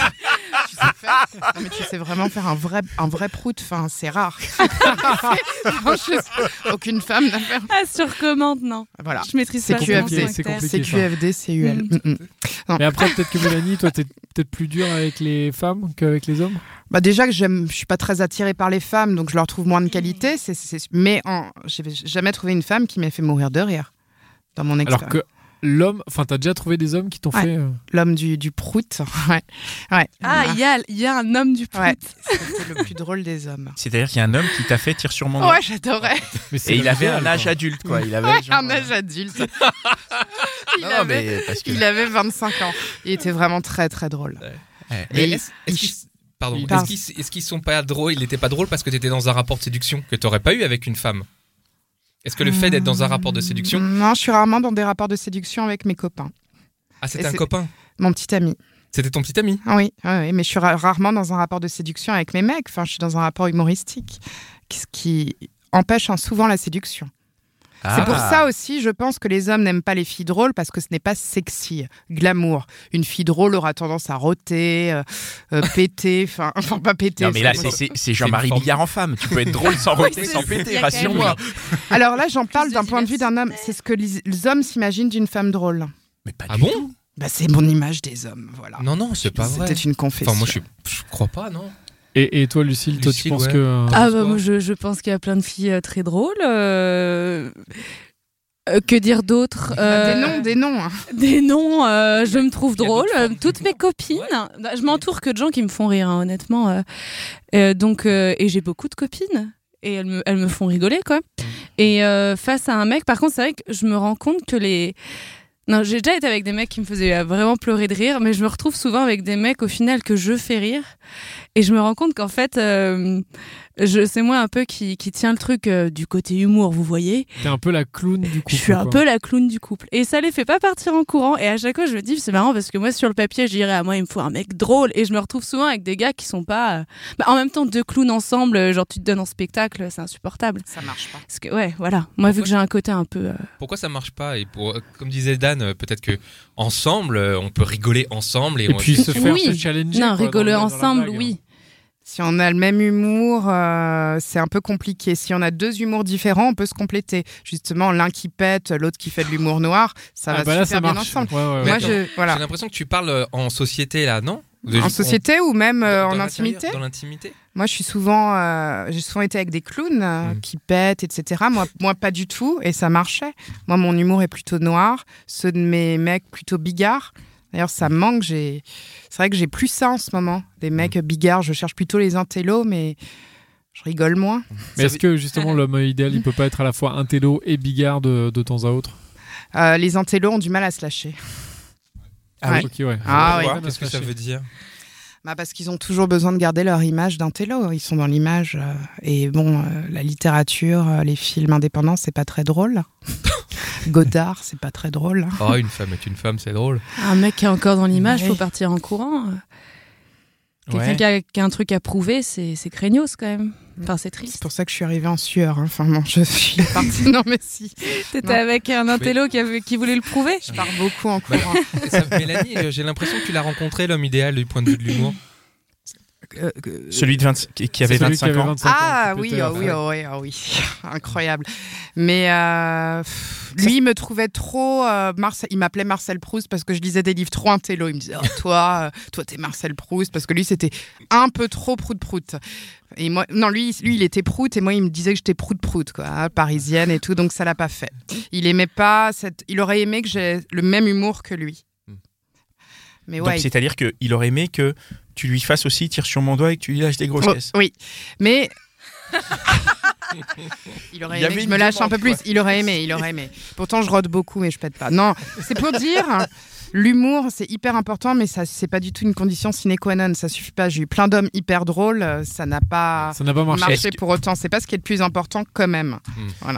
Speaker 5: sais faire. Non, mais tu sais vraiment faire un vrai, un vrai prout. Enfin, c'est rare. [LAUGHS] Non, je- Aucune femme n'a fait.
Speaker 4: Ah, sur commande, non.
Speaker 5: Voilà.
Speaker 4: Je maîtrise
Speaker 3: C'est
Speaker 4: pas
Speaker 3: compliqué,
Speaker 4: vraiment ce
Speaker 3: c'est
Speaker 4: caractère.
Speaker 3: compliqué.
Speaker 5: Ah, C'est QFD, CUL.
Speaker 4: Mm.
Speaker 5: Mm, mm.
Speaker 3: Mais après, peut-être que Mélanie, toi, t'es peut-être plus dur avec les femmes qu'avec les hommes.
Speaker 5: Bah déjà que j'aime, je suis pas très attirée par les femmes, donc je leur trouve moins de qualité. C'est, c'est- c'est- mais en, j'ai jamais trouvé une femme qui m'a fait mourir de rire dans mon expérience.
Speaker 3: Alors que l'homme, enfin, t'as déjà trouvé des hommes qui t'ont
Speaker 5: Ouais.
Speaker 3: fait. euh,
Speaker 5: L'homme du, du prout, [LAUGHS] ouais, ouais.
Speaker 4: Ah, il y a, il y a un homme du prout.
Speaker 5: Ouais. C'était le plus drôle des hommes.
Speaker 1: C'est-à-dire qu'il y a un homme qui t'a fait tire sur mon doigt.
Speaker 5: Ouais, j'adorais.
Speaker 3: Mais c'est
Speaker 1: Et il
Speaker 3: l'homme
Speaker 1: avait
Speaker 3: idéal,
Speaker 1: un âge
Speaker 3: quoi.
Speaker 1: adulte, quoi. Il avait
Speaker 5: Ouais,
Speaker 1: genre,
Speaker 5: un âge adulte. [LAUGHS] il,
Speaker 1: Non,
Speaker 5: avait,
Speaker 1: mais Euh, parce que-
Speaker 5: il avait 25 ans. Il était vraiment très très drôle.
Speaker 1: Ouais.
Speaker 2: Eh. Mais
Speaker 5: Et
Speaker 2: est-ce est-ce
Speaker 5: il-
Speaker 2: qu'ils- Pardon.
Speaker 3: il-
Speaker 2: Est-ce qu'ils est-ce qu'ils sont pas drôles Il était pas drôle parce que t'étais dans un rapport de séduction que t'aurais pas eu avec une femme. Est-ce que le fait d'être dans un rapport de séduction,
Speaker 5: Mm. Non, je suis rarement dans des rapports de séduction avec mes copains.
Speaker 2: ah c'était
Speaker 5: Et
Speaker 2: un
Speaker 5: c'est-
Speaker 2: copain,
Speaker 5: Mon petit ami.
Speaker 2: c'était ton petit ami.
Speaker 5: Ah oui, ah oui, mais je suis ra- rarement dans un rapport de séduction avec mes mecs. Enfin, je suis dans un rapport humoristique, ce qui empêche hein, souvent la séduction. C'est
Speaker 1: Ah.
Speaker 5: pour ça aussi, je pense que les hommes n'aiment pas les filles drôles parce que ce n'est pas sexy, glamour. Une fille drôle aura tendance à roter, euh, euh, péter, [LAUGHS] enfin, enfin, pas péter.
Speaker 1: Non, mais là, c'est-
Speaker 5: c'est-
Speaker 1: c'est c'est
Speaker 2: C'est
Speaker 1: Jean-Marie
Speaker 2: une forme-
Speaker 1: Bigard en femme. Tu peux être drôle
Speaker 4: [LAUGHS]
Speaker 1: sans
Speaker 4: Oui,
Speaker 1: roter,
Speaker 4: c'est-
Speaker 1: sans
Speaker 4: c'est- il y
Speaker 1: péter,
Speaker 4: a quand même-
Speaker 1: rassure-moi.
Speaker 5: Alors là, j'en parle
Speaker 4: de
Speaker 5: d'un point de vue d'un homme.
Speaker 4: diversité.
Speaker 5: C'est ce que les, les hommes s'imaginent d'une femme drôle.
Speaker 1: Mais pas
Speaker 2: Ah
Speaker 1: du
Speaker 2: bon
Speaker 5: Bah, c'est mon image des hommes, voilà.
Speaker 2: Non non, c'est pas vrai.
Speaker 5: C'était une confession.
Speaker 2: Enfin moi je, je crois pas non.
Speaker 3: Et, et toi, Lucille, toi, tu
Speaker 2: Lucille,
Speaker 3: penses
Speaker 2: ouais.
Speaker 3: que. euh,
Speaker 4: Ah,
Speaker 2: Parce
Speaker 4: bah,
Speaker 2: quoi
Speaker 4: moi, je, je pense qu'il y a plein de filles euh, très drôles. euh, euh, que dire d'autre
Speaker 5: Ah,
Speaker 4: Euh,
Speaker 5: Des noms, des noms. hein.
Speaker 4: Des noms, euh, je me trouve
Speaker 2: Il y a
Speaker 4: drôle.
Speaker 2: d'autres
Speaker 4: Euh,
Speaker 2: formes
Speaker 4: Toutes mes
Speaker 2: d'humour.
Speaker 4: copines, Bah, je m'entoure que de gens qui me font rire, hein, honnêtement. euh. Euh, donc, euh, et j'ai beaucoup de copines. Et elles me, elles me font rigoler,
Speaker 2: Mm.
Speaker 4: quoi. Et euh, face à un mec, par contre, c'est vrai que je me rends compte que les. Non, j'ai déjà été avec des mecs qui me faisaient euh, vraiment pleurer de rire, mais je me retrouve souvent avec des mecs, au final, que je fais rire. Et je me rends compte qu'en fait, euh, je, c'est moi un peu qui, qui tient le truc euh, du côté humour, vous voyez.
Speaker 3: T'es un peu la clown du coup.
Speaker 4: Je suis un peu la clown du couple. Et ça les fait pas partir en courant. Et à chaque fois, je me dis, c'est marrant parce que moi, sur le papier, je dirais, à moi, il me faut un mec drôle. Et je me retrouve souvent avec des gars qui sont pas. euh, bah, en même temps, deux clowns ensemble, euh, genre, tu te donnes en spectacle, c'est insupportable.
Speaker 5: Ça marche pas.
Speaker 4: Parce que, ouais, voilà. Moi,
Speaker 2: Pourquoi
Speaker 4: vu que j'ai un côté un peu. euh,
Speaker 2: Pourquoi ça marche pas Et pour, comme disait Dan, euh, peut-être que ensemble, euh, on peut rigoler ensemble et,
Speaker 3: Et
Speaker 2: on-
Speaker 3: puis se faire
Speaker 4: Oui.
Speaker 3: se challenger. quoi,
Speaker 4: Non,
Speaker 3: dans
Speaker 4: rigoler
Speaker 3: la- dans la
Speaker 4: ensemble,
Speaker 3: blague.
Speaker 4: oui.
Speaker 5: Si on a le même humour, euh, c'est un peu compliqué. Si on a deux humours différents, on peut se compléter. Justement, l'un qui pète, l'autre qui fait de l'humour noir, ça
Speaker 3: Ah
Speaker 5: va
Speaker 3: bah là,
Speaker 5: super
Speaker 3: ça
Speaker 5: bien
Speaker 3: marche.
Speaker 5: ensemble.
Speaker 3: Ouais, ouais,
Speaker 5: Moi,
Speaker 2: attends,
Speaker 5: je, voilà.
Speaker 2: J'ai l'impression que tu parles euh, en société là, non
Speaker 5: En société ou même euh, en intimité
Speaker 2: Dans l'intimité
Speaker 5: Moi, je suis souvent, euh, j'ai souvent été avec des clowns euh,
Speaker 2: Mm.
Speaker 5: qui pètent, etc. Moi, moi, pas du tout, et ça marchait. Moi, mon humour est plutôt noir, ceux de mes mecs plutôt bigards. D'ailleurs, ça me manque. J'ai, c'est vrai que j'ai plus ça en ce moment. Des mecs bigards, je cherche plutôt les intellos, mais je rigole moins.
Speaker 3: Mais est-ce que justement l'homme idéal, il peut pas être à la fois un télo et bigard de, de temps à autre
Speaker 5: Euh, les intellos ont du mal à se lâcher. Ah oui.
Speaker 3: Ok, ouais.
Speaker 5: Ah oui.
Speaker 2: Qu'est-ce que ça veut dire
Speaker 5: Bah, parce qu'ils ont toujours besoin de garder leur image d'un télo. Ils sont dans l'image. euh, et bon, euh, la littérature, euh, les films indépendants, c'est pas très drôle. [LAUGHS] Godard, c'est pas très drôle.
Speaker 2: Oh, une femme est une femme, c'est drôle.
Speaker 4: Un mec qui est encore dans l'image,
Speaker 5: Ouais.
Speaker 4: faut partir en courant. euh. Quelqu'un
Speaker 3: Ouais.
Speaker 4: qui, a, qui a un truc à prouver, c'est c'est craignos quand même. Enfin, c'est
Speaker 5: C'est
Speaker 4: triste.
Speaker 5: pour ça que je suis arrivée en sueur. hein. Enfin bon, je suis partie. non mais si,
Speaker 4: T'étais
Speaker 5: Non.
Speaker 4: avec un intello qui, avait- qui voulait le prouver
Speaker 5: je pars beaucoup en
Speaker 2: Bah,
Speaker 5: courant.
Speaker 2: [LAUGHS] Et ça- Mélanie, euh, j'ai l'impression que tu l'as rencontré, l'homme idéal du point de vue de l'humour.
Speaker 5: Euh, euh,
Speaker 1: Celui de 20 qui, qui
Speaker 3: C'est
Speaker 1: avait
Speaker 3: celui qui
Speaker 1: 25
Speaker 3: avait
Speaker 1: ans.
Speaker 3: 25 ans,
Speaker 5: Ah
Speaker 3: qui euh,
Speaker 5: oui,
Speaker 3: pétait
Speaker 5: ah
Speaker 3: la
Speaker 5: oui,
Speaker 3: fête.
Speaker 5: ah oui, ah oui, [LAUGHS] incroyable. Mais euh, pff, lui, il me trouvait trop. euh, Marce- il m'appelait Marcel Proust parce que je lisais des livres trop intello. Il me disait, Oh, toi, euh, toi, t'es Marcel Proust parce que lui, c'était un peu trop prout prout. Et moi, non, lui, lui, il était prout et moi, il me disait que j'étais prout prout, quoi, hein, parisienne et tout. Donc ça l'a pas fait. Il aimait pas cette. Il aurait aimé que j'ai le même humour que lui.
Speaker 2: Hmm.
Speaker 5: Mais
Speaker 1: Donc,
Speaker 5: ouais,
Speaker 1: c'est-à-dire qu'il aurait aimé que tu lui fasses aussi tire sur mon doigt et que tu lui lâches des grosses
Speaker 5: Oh,
Speaker 1: caisses.
Speaker 5: oui, mais. [LAUGHS] il
Speaker 1: Il
Speaker 5: aurait
Speaker 1: y
Speaker 5: aimé
Speaker 1: avait
Speaker 5: que je
Speaker 1: une
Speaker 5: me lâche un peu
Speaker 1: demande,
Speaker 5: plus.
Speaker 1: quoi.
Speaker 5: Il aurait aimé, il aurait aimé. Pourtant, je rôde beaucoup, mais je pète pas. Non, c'est pour dire. L'humour, c'est hyper important, mais ça, c'est pas du tout une condition sine qua non. Ça suffit pas. J'ai eu plein d'hommes hyper drôles. euh, Ça n'a pas
Speaker 3: Ça n'a pas marché.
Speaker 5: marché
Speaker 1: Est-ce que-
Speaker 5: pour autant. C'est pas ce qui est le plus important, quand même.
Speaker 2: On rev-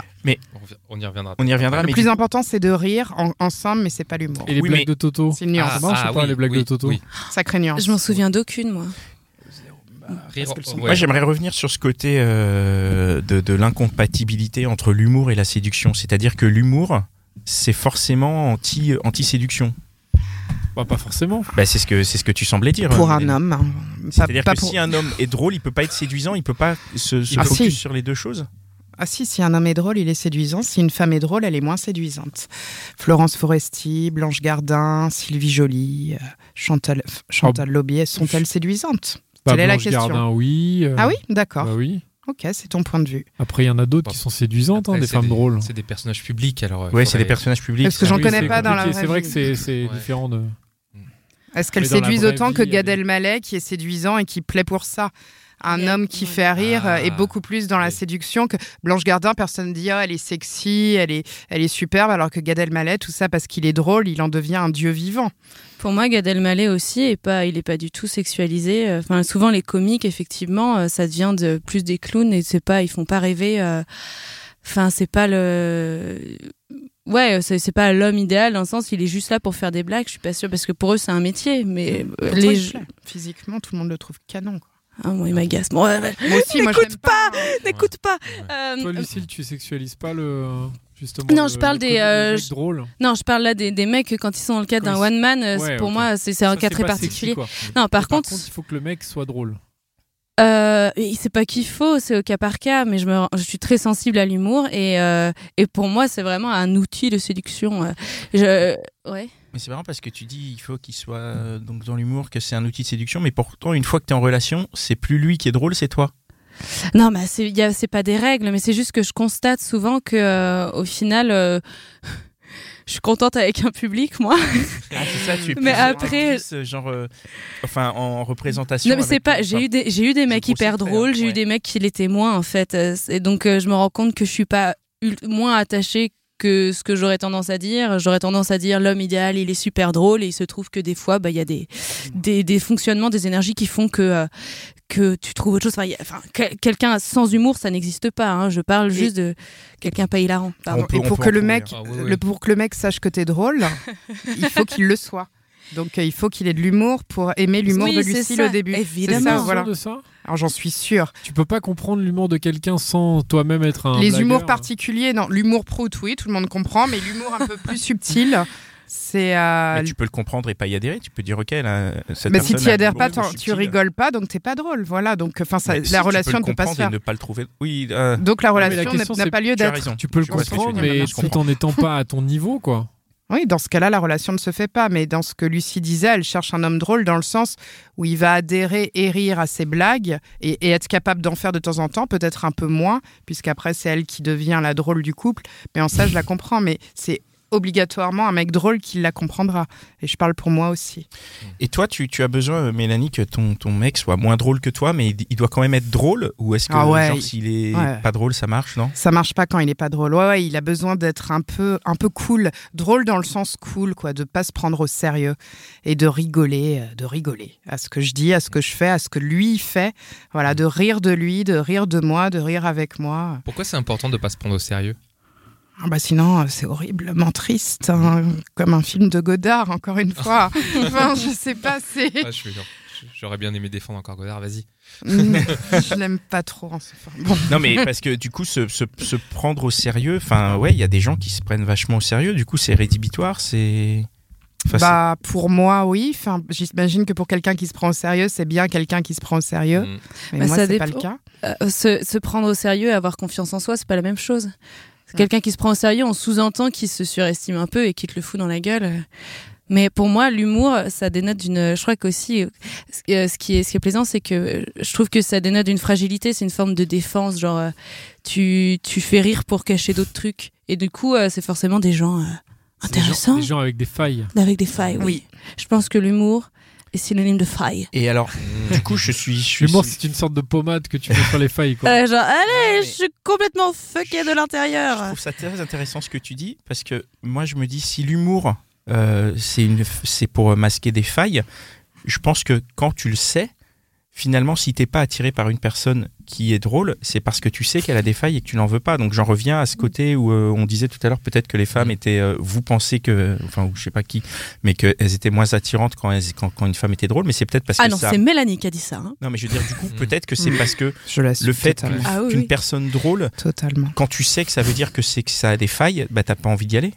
Speaker 2: On y reviendra.
Speaker 1: On y reviendra,
Speaker 5: Le
Speaker 1: mais
Speaker 5: plus
Speaker 1: du-
Speaker 5: important, c'est de rire en- ensemble, mais c'est pas l'humour.
Speaker 3: Et les
Speaker 1: Oui,
Speaker 3: blagues
Speaker 1: mais-
Speaker 3: de Toto
Speaker 5: C'est une nuance.
Speaker 3: Ça marche
Speaker 1: Ah,
Speaker 3: ou pas, les blagues de Toto
Speaker 2: Ah, oui.
Speaker 5: Ça crée nuance.
Speaker 4: Je m'en souviens d'aucune, moi.
Speaker 2: Rire,
Speaker 5: Parce que le son-
Speaker 2: ouais.
Speaker 1: Moi, j'aimerais revenir sur ce côté euh, de, de l'incompatibilité entre l'humour et la séduction. C'est-à-dire que l'humour, c'est forcément anti, anti-séduction.
Speaker 3: Bah, Pas forcément.
Speaker 1: Bah, c'est, ce que, c'est ce que tu semblais dire.
Speaker 5: Pour
Speaker 1: euh,
Speaker 5: un
Speaker 1: Mélanie.
Speaker 5: homme. hein. Pas-
Speaker 1: C'est-à-dire
Speaker 5: pas
Speaker 1: que
Speaker 5: pour-
Speaker 1: si un homme est drôle, il peut pas être séduisant, il peut pas se, se
Speaker 5: Ah,
Speaker 1: focus
Speaker 5: si.
Speaker 1: sur les deux choses.
Speaker 5: Ah si, si un homme est drôle, il est séduisant. Si une femme est drôle, elle est moins séduisante. Florence Foresti, Blanche Gardin, Sylvie Joly, euh, Chantal, F- Chantal
Speaker 3: Ah.
Speaker 5: Lobby, elles sont-elles séduisantes
Speaker 3: Bah,
Speaker 5: Telle est la
Speaker 3: Blanche
Speaker 5: question.
Speaker 3: Gardin, oui. euh,
Speaker 5: Ah oui, d'accord.
Speaker 3: Bah oui.
Speaker 5: Ok, c'est ton point de vue.
Speaker 3: Après, il y en a d'autres
Speaker 1: Bah,
Speaker 3: qui
Speaker 2: Bon.
Speaker 3: sont séduisantes, hein,
Speaker 2: Après,
Speaker 3: des
Speaker 2: c'est
Speaker 3: femmes drôles.
Speaker 2: C'est des personnages publics, alors. euh,
Speaker 1: Ouais, c'est
Speaker 2: faudrait-
Speaker 1: des personnages publics.
Speaker 5: Parce que
Speaker 1: Ah c'est
Speaker 5: j'en
Speaker 1: un-
Speaker 3: Oui,
Speaker 5: connais
Speaker 3: c'est
Speaker 5: pas dans la
Speaker 3: compliqué.
Speaker 5: vraie
Speaker 3: C'est vrai
Speaker 5: vie.
Speaker 3: que c'est c'est
Speaker 2: Ouais.
Speaker 3: différent de.
Speaker 5: Est-ce qu'elles
Speaker 3: Mais dans la
Speaker 5: séduisent
Speaker 3: vraie
Speaker 5: autant
Speaker 3: vie,
Speaker 5: que
Speaker 3: elle
Speaker 5: Gad
Speaker 3: est-
Speaker 5: Elmaleh qui est séduisant et qui plaît pour ça un
Speaker 4: Mais-
Speaker 5: homme qui
Speaker 4: ouais.
Speaker 5: fait rire euh, est
Speaker 2: Ah.
Speaker 5: beaucoup plus dans la
Speaker 2: Oui.
Speaker 5: séduction que Blanche Gardin. Personne ne dit Ah, elle est sexy, elle est, elle est superbe, alors que Gad Elmaleh, tout ça parce qu'il est drôle, il en devient un dieu vivant.
Speaker 4: Pour moi, Gad Elmaleh aussi, est pas, il est pas du tout sexualisé. Euh, Enfin, souvent les comiques, effectivement, euh, ça devient de, plus des clowns et c'est pas, ils font pas rêver. euh, Enfin, c'est pas le, ouais, c'est c'est pas l'homme idéal dans le sens, il est juste là pour faire des blagues. Je suis pas sûre parce que pour eux c'est un métier, mais euh,
Speaker 5: Pourtant,
Speaker 4: les,
Speaker 5: il plaît. physiquement, tout le monde le trouve canon. quoi.
Speaker 4: ah, moi, il m'agace. Bon, ouais, ouais,
Speaker 5: Moi aussi, moi je
Speaker 4: N'écoute
Speaker 5: l'aime pas. hein.
Speaker 4: n'écoute pas.
Speaker 2: Ouais.
Speaker 4: Euh,
Speaker 3: Toi, Lucille, tu sexualises pas le. Justement,
Speaker 4: Non,
Speaker 3: le-
Speaker 4: je parle
Speaker 3: le
Speaker 4: des,
Speaker 3: côté
Speaker 4: euh,
Speaker 3: mec
Speaker 4: je-
Speaker 3: drôle.
Speaker 4: non, je parle là des, des mecs quand ils sont dans le cadre d'un
Speaker 3: Comme
Speaker 4: one man. euh,
Speaker 3: Ouais,
Speaker 4: c'est- pour
Speaker 3: ok.
Speaker 4: moi, c'est c'est un
Speaker 3: Ça,
Speaker 4: cas
Speaker 3: c'est
Speaker 4: très
Speaker 3: pas sexy,
Speaker 4: particulier.
Speaker 3: quoi.
Speaker 4: Non, par,
Speaker 3: Par
Speaker 4: contre, Ah
Speaker 3: contre, il faut que le mec soit drôle.
Speaker 4: Euh, et c'est pas qu'il faut, c'est au cas par cas, mais je, me, je suis très sensible à l'humour et, euh, et pour moi c'est vraiment un outil de séduction. euh. Je, ouais.
Speaker 1: Mais c'est marrant parce que tu dis il faut qu'il soit euh, donc dans l'humour, que c'est un outil de séduction, mais pourtant, une fois que tu es en relation, c'est plus lui qui est drôle, c'est toi.
Speaker 4: Non, mais c'est il y a- c'est pas des règles, mais c'est juste que je constate souvent que euh, au final, euh, [LAUGHS] je suis contente avec un public, moi.
Speaker 1: Ah, c'est ça, tu es
Speaker 4: Mais
Speaker 1: plus
Speaker 4: après-
Speaker 1: actrice, euh, genre, euh, enfin, en représentation.
Speaker 4: Non, mais c'est
Speaker 1: avec-
Speaker 4: pas. J'ai eu des, j'ai eu des mecs
Speaker 1: grossis
Speaker 4: hyper
Speaker 1: très, hein,
Speaker 4: drôles, j'ai
Speaker 1: ouais.
Speaker 4: eu des mecs qui l'étaient moins en fait, euh, et donc euh, je me rends compte que je suis pas ul- moins attachée que ce que j'aurais tendance à dire. J'aurais tendance à dire l'homme idéal, il est super drôle et il se trouve que des fois, bah, il y a des, des, des fonctionnements, des énergies qui font que, euh, que tu trouves autre chose. Enfin, il y a- enfin, quel- quelqu'un sans humour, ça n'existe pas. hein. Je parle juste de quelqu'un pas hilarant. Pardon.
Speaker 1: On peut-
Speaker 5: et
Speaker 1: on
Speaker 5: pour
Speaker 1: peut
Speaker 5: que
Speaker 1: en
Speaker 5: le
Speaker 1: trouver,
Speaker 5: mec,
Speaker 2: hein. Ah oui, oui.
Speaker 5: le- pour que le mec sache que t'es [LAUGHS] drôle, il faut qu'il le soit. Donc euh, il faut qu'il ait de l'humour pour aimer l'humour
Speaker 4: Oui,
Speaker 5: de
Speaker 4: c'est
Speaker 5: Lucille
Speaker 4: ça,
Speaker 5: au début.
Speaker 4: évidemment.
Speaker 5: C'est ça,
Speaker 3: T'es
Speaker 5: voilà.
Speaker 3: sûr de ça
Speaker 5: Alors j'en suis sûre.
Speaker 3: Tu peux pas comprendre l'humour de quelqu'un sans toi-même être un.
Speaker 5: Les
Speaker 3: blagueur.
Speaker 5: humours particuliers, non, l'humour prout, oui, tout le monde comprend, mais l'humour un peu plus subtil, c'est. euh,
Speaker 1: Mais tu peux le comprendre et pas y adhérer. Tu peux dire, ok, là, cette
Speaker 5: bah, si
Speaker 1: personne
Speaker 5: tu
Speaker 1: a
Speaker 5: adhères
Speaker 1: des
Speaker 5: pas,
Speaker 1: mots
Speaker 5: t'en- tu
Speaker 1: subtils.
Speaker 5: rigoles pas, donc t'es pas drôle. Voilà, donc enfin, ça-
Speaker 1: Mais
Speaker 5: la
Speaker 1: si, tu peux
Speaker 5: relation
Speaker 1: le
Speaker 5: ne peut pas se
Speaker 1: comprendre
Speaker 5: faire.
Speaker 1: Et ne pas le trouver. Oui, euh,
Speaker 5: Donc la
Speaker 3: mais la
Speaker 5: relation n'a-
Speaker 3: question,
Speaker 5: n'a
Speaker 3: c'est-
Speaker 5: pas lieu
Speaker 1: tu as
Speaker 5: d'être.
Speaker 1: raison.
Speaker 3: Tu peux le
Speaker 1: Je vois ce que tu veux
Speaker 3: comprendre,
Speaker 1: dire.
Speaker 3: mais
Speaker 1: Maintenant, je
Speaker 3: tout en n'étant pas à ton niveau, quoi.
Speaker 5: Oui, dans ce cas-là, la relation ne se fait pas. Mais dans ce que Lucie disait, elle cherche un homme drôle dans le sens où il va adhérer et rire à ses blagues et, et être capable d'en faire de temps en temps, peut-être un peu moins, puisqu'après, c'est elle qui devient la drôle du couple. Mais en ça, je la comprends. Mais c'est obligatoirement un mec drôle qui la comprendra. Et je parle pour moi aussi.
Speaker 1: Et toi, tu, tu as besoin, euh, Mélanie, que ton, ton mec soit moins drôle que toi, mais il, il doit quand même être drôle Ou est-ce que,
Speaker 5: Ah ouais,
Speaker 1: genre,
Speaker 5: il-
Speaker 1: s'il est
Speaker 5: ouais.
Speaker 1: pas drôle, ça marche, non
Speaker 5: Ça marche pas quand il est pas drôle. Ouais, ouais, il a besoin d'être un peu, un peu cool. Drôle dans le sens cool, quoi, de pas se prendre au sérieux et de rigoler, euh, de rigoler à ce que je dis, à ce que je fais, à ce que lui fait. Voilà, de rire de lui, de rire de moi, de rire avec moi.
Speaker 2: Pourquoi c'est important de pas se prendre au sérieux
Speaker 5: Ah bah sinon, euh, c'est horriblement triste, hein, comme un film de Godard, encore une fois. enfin, je sais pas, c'est.
Speaker 2: Ah, je suis genre, je- J'aurais bien aimé défendre encore Godard, vas-y.
Speaker 5: [LAUGHS] je l'aime pas trop en ce format. Bon.
Speaker 1: Non, mais parce que du coup, se, se- se prendre au sérieux, enfin, ouais, il y a des gens qui se prennent vachement au sérieux, du coup, c'est rédhibitoire, c'est. enfin, c'est-
Speaker 5: Bah, pour moi, oui. Enfin, J'imagine que pour quelqu'un qui se prend au sérieux, c'est bien quelqu'un qui se prend au sérieux.
Speaker 2: Mm.
Speaker 5: Mais
Speaker 4: Bah,
Speaker 5: moi,
Speaker 4: ça
Speaker 5: c'est pas le
Speaker 4: dépend.
Speaker 5: cas.
Speaker 4: Euh, se, se prendre au sérieux et avoir confiance en soi, c'est pas la même chose. Quelqu'un qui se prend au sérieux, on sous-entend qu'il se surestime un peu et qu'il te le fout dans la gueule. Mais pour moi, l'humour, ça dénote d'une. Je crois qu'aussi, euh, ce- euh, ce qui est, ce qui est plaisant, c'est que euh, je trouve que ça dénote d'une fragilité, c'est une forme de défense. Genre, euh, tu, tu fais rire pour cacher d'autres trucs. Et du coup, euh, c'est forcément des gens euh,
Speaker 3: C'est des gens-
Speaker 4: intéressants,
Speaker 3: Des gens avec des failles.
Speaker 4: avec des failles. Oui. Je pense que l'humour est synonyme de faille.
Speaker 1: Et alors, du coup, je suis. Je suis
Speaker 3: L'humour, c'est une sorte de pommade que tu mets sur les failles, quoi.
Speaker 4: Euh, genre, allez,
Speaker 1: Ouais, mais-
Speaker 4: je suis complètement fucké de
Speaker 1: Je
Speaker 4: l'intérieur.
Speaker 1: trouve ça très intéressant ce que tu dis, parce que moi je me dis si l'humour euh, c'est une- c'est pour euh, masquer des failles, je pense que quand tu le sais, finalement si t'es pas attiré par une personne qui est drôle, c'est parce que tu sais qu'elle a des failles et que tu n'en veux pas. Donc j'en reviens
Speaker 4: Mm.
Speaker 1: à ce côté où euh, on disait tout à l'heure peut-être que les femmes étaient, euh, vous pensez que, enfin ou je sais pas qui, mais qu'elles étaient moins attirantes quand, elles- quand, quand une femme était drôle, mais c'est peut-être parce
Speaker 4: Ah
Speaker 1: que
Speaker 4: non,
Speaker 1: ça...
Speaker 4: c'est Mélanie qui a dit ça. hein.
Speaker 1: Non mais je veux dire du coup
Speaker 2: Mm.
Speaker 1: peut-être que c'est
Speaker 5: Mm.
Speaker 1: parce que
Speaker 5: Je l'assume.
Speaker 1: le fait
Speaker 5: totalement.
Speaker 1: qu'une
Speaker 4: Ah oui,
Speaker 1: qu'une
Speaker 4: oui.
Speaker 1: personne drôle
Speaker 5: Totalement.
Speaker 1: quand tu sais que ça veut dire que c'est que ça a des failles, bah t'as pas envie d'y aller.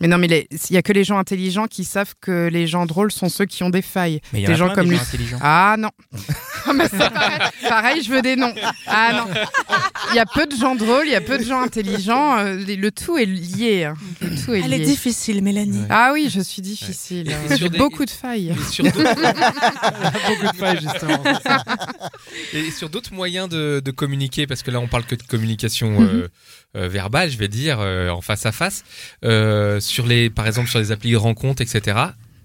Speaker 5: Mais non, mais les- il y a que les gens intelligents qui savent que les gens drôles sont ceux qui ont des failles.
Speaker 1: Mais il y en
Speaker 5: Des
Speaker 1: a
Speaker 5: gens
Speaker 1: plein,
Speaker 5: comme
Speaker 1: des
Speaker 5: lui.
Speaker 1: gens intelligents. [LAUGHS]
Speaker 5: Ah non. Ah, bah, c'est pareil. Pareil, je veux des noms. Ah non. Il y a peu de gens drôles, il y a peu de gens intelligents. euh, Le tout est lié. hein. Le tout est
Speaker 4: Elle est
Speaker 5: lié.
Speaker 4: difficile, Mélanie.
Speaker 5: Ah oui, je suis difficile.
Speaker 2: Ouais. Et
Speaker 5: J'ai
Speaker 2: sur des-
Speaker 5: beaucoup
Speaker 3: [LAUGHS]
Speaker 5: de failles.
Speaker 2: Et sur d'autres-
Speaker 3: Beaucoup de failles, justement.
Speaker 2: Et sur d'autres moyens de, de communiquer, parce que là on parle que de
Speaker 3: Mhm.
Speaker 2: communication euh, euh, verbale, je vais dire, euh, en face à face, euh, sur les, par exemple sur les applis de rencontres, etc.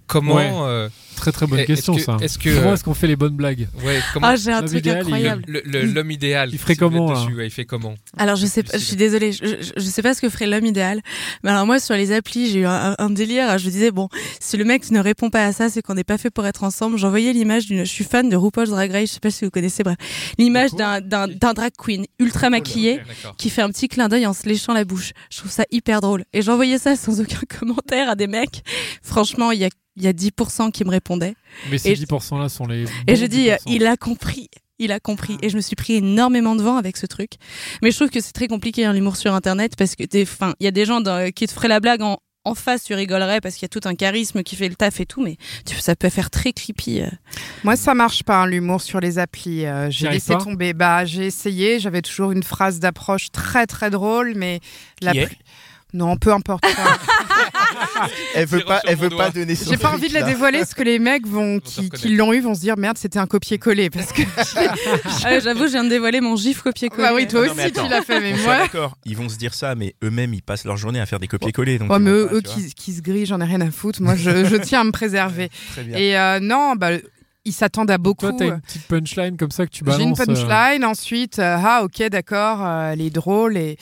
Speaker 2: Comment,
Speaker 3: Ouais.
Speaker 2: euh,
Speaker 3: Très très bonne
Speaker 2: Est-ce
Speaker 3: question,
Speaker 2: que-
Speaker 3: ça.
Speaker 2: est-ce que-
Speaker 3: Comment est-ce qu'on fait les bonnes blagues
Speaker 2: ouais, comment
Speaker 4: Ah, j'ai un
Speaker 3: L'homme
Speaker 4: truc
Speaker 3: idéal, il-
Speaker 4: incroyable.
Speaker 2: le- le- l'homme idéal
Speaker 3: Il ferait
Speaker 2: si vous êtes
Speaker 3: comment, hein
Speaker 2: dessus,
Speaker 3: là
Speaker 2: ouais, Il fait comment
Speaker 4: Alors je sais pas, je suis désolée, je, je, je sais pas ce que ferait l'homme idéal. Mais alors moi sur les applis, j'ai eu un, un délire. Je me disais bon, si le mec ne répond pas à ça, c'est qu'on n'est pas fait pour être ensemble. J'envoyais l'image d'une, je suis fan de RuPaul's Drag Race, je sais pas si vous connaissez, bref, l'image d'un d'un d'un drag queen ultra maquillé
Speaker 2: Oh
Speaker 3: [LAUGHS]
Speaker 2: D'accord.
Speaker 4: qui fait un petit clin d'œil en se léchant la bouche. Je trouve ça hyper drôle. Et j'envoyais ça sans aucun [LAUGHS] commentaire à des mecs. Franchement, il y a il y a 10% qui me répondaient.
Speaker 3: Mais ces
Speaker 4: Et-
Speaker 3: 10% là sont les.
Speaker 4: Et
Speaker 3: bons
Speaker 4: je dis, euh,
Speaker 3: 10%.
Speaker 4: il a compris. Il a compris. Et je me suis pris énormément de vent avec ce truc. Mais je trouve que c'est très compliqué, hein, l'humour sur Internet, parce que t'es, fin, il y a des gens dans- euh, qui te feraient la blague en, en face, tu rigolerais parce qu'il y a tout un charisme qui fait le taf et tout, mais tu, ça peut faire très creepy. euh.
Speaker 5: Moi, ça marche pas, hein, l'humour sur les applis. Euh,
Speaker 3: T'y
Speaker 5: j'ai
Speaker 3: arrives
Speaker 5: laissé
Speaker 3: pas
Speaker 5: tomber. Bah, j'ai essayé. J'avais toujours une phrase d'approche très très drôle, mais la
Speaker 1: Qui est
Speaker 5: plus- non, peu importe.
Speaker 6: Elle
Speaker 2: veut
Speaker 6: veut
Speaker 2: C'est pas-
Speaker 6: pas,
Speaker 2: sur elle
Speaker 6: elle
Speaker 2: mon
Speaker 6: veut
Speaker 2: veut doigt. pas
Speaker 6: pas donner son
Speaker 5: j'ai pas envie de la dévoiler parce que les mecs vont
Speaker 2: se
Speaker 5: qui, qui
Speaker 2: reconnaître.
Speaker 5: l'ont eu vont se dire merde, c'était un copier-coller parce que
Speaker 4: Ah ouais, j'avoue, je viens de dévoiler mon gif copier-coller.
Speaker 5: bah oui, toi
Speaker 1: Non, mais
Speaker 5: aussi
Speaker 1: attends.
Speaker 5: tu l'as fait, mais
Speaker 1: On soit
Speaker 5: moi.
Speaker 1: d'accord, ils vont se dire ça, mais eux-mêmes ils passent leur journée à faire des copier-coller. donc
Speaker 5: Ouais,
Speaker 1: ils
Speaker 5: mais
Speaker 1: vont
Speaker 5: eux,
Speaker 1: pas,
Speaker 5: eux
Speaker 1: tu
Speaker 5: qui, qui se grillent, j'en ai rien à foutre. Moi, je, je tiens à
Speaker 1: [LAUGHS]
Speaker 5: me préserver.
Speaker 6: Très bien.
Speaker 5: Et euh, non, bah, ils s'attendent à beaucoup.
Speaker 3: Toi, t'as
Speaker 4: euh,
Speaker 3: une petite punchline comme ça que tu
Speaker 1: euh,
Speaker 5: J'ai une
Speaker 3: balances. euh,
Speaker 5: punchline, ensuite, euh, ah ok, d'accord, euh, elle est drôle et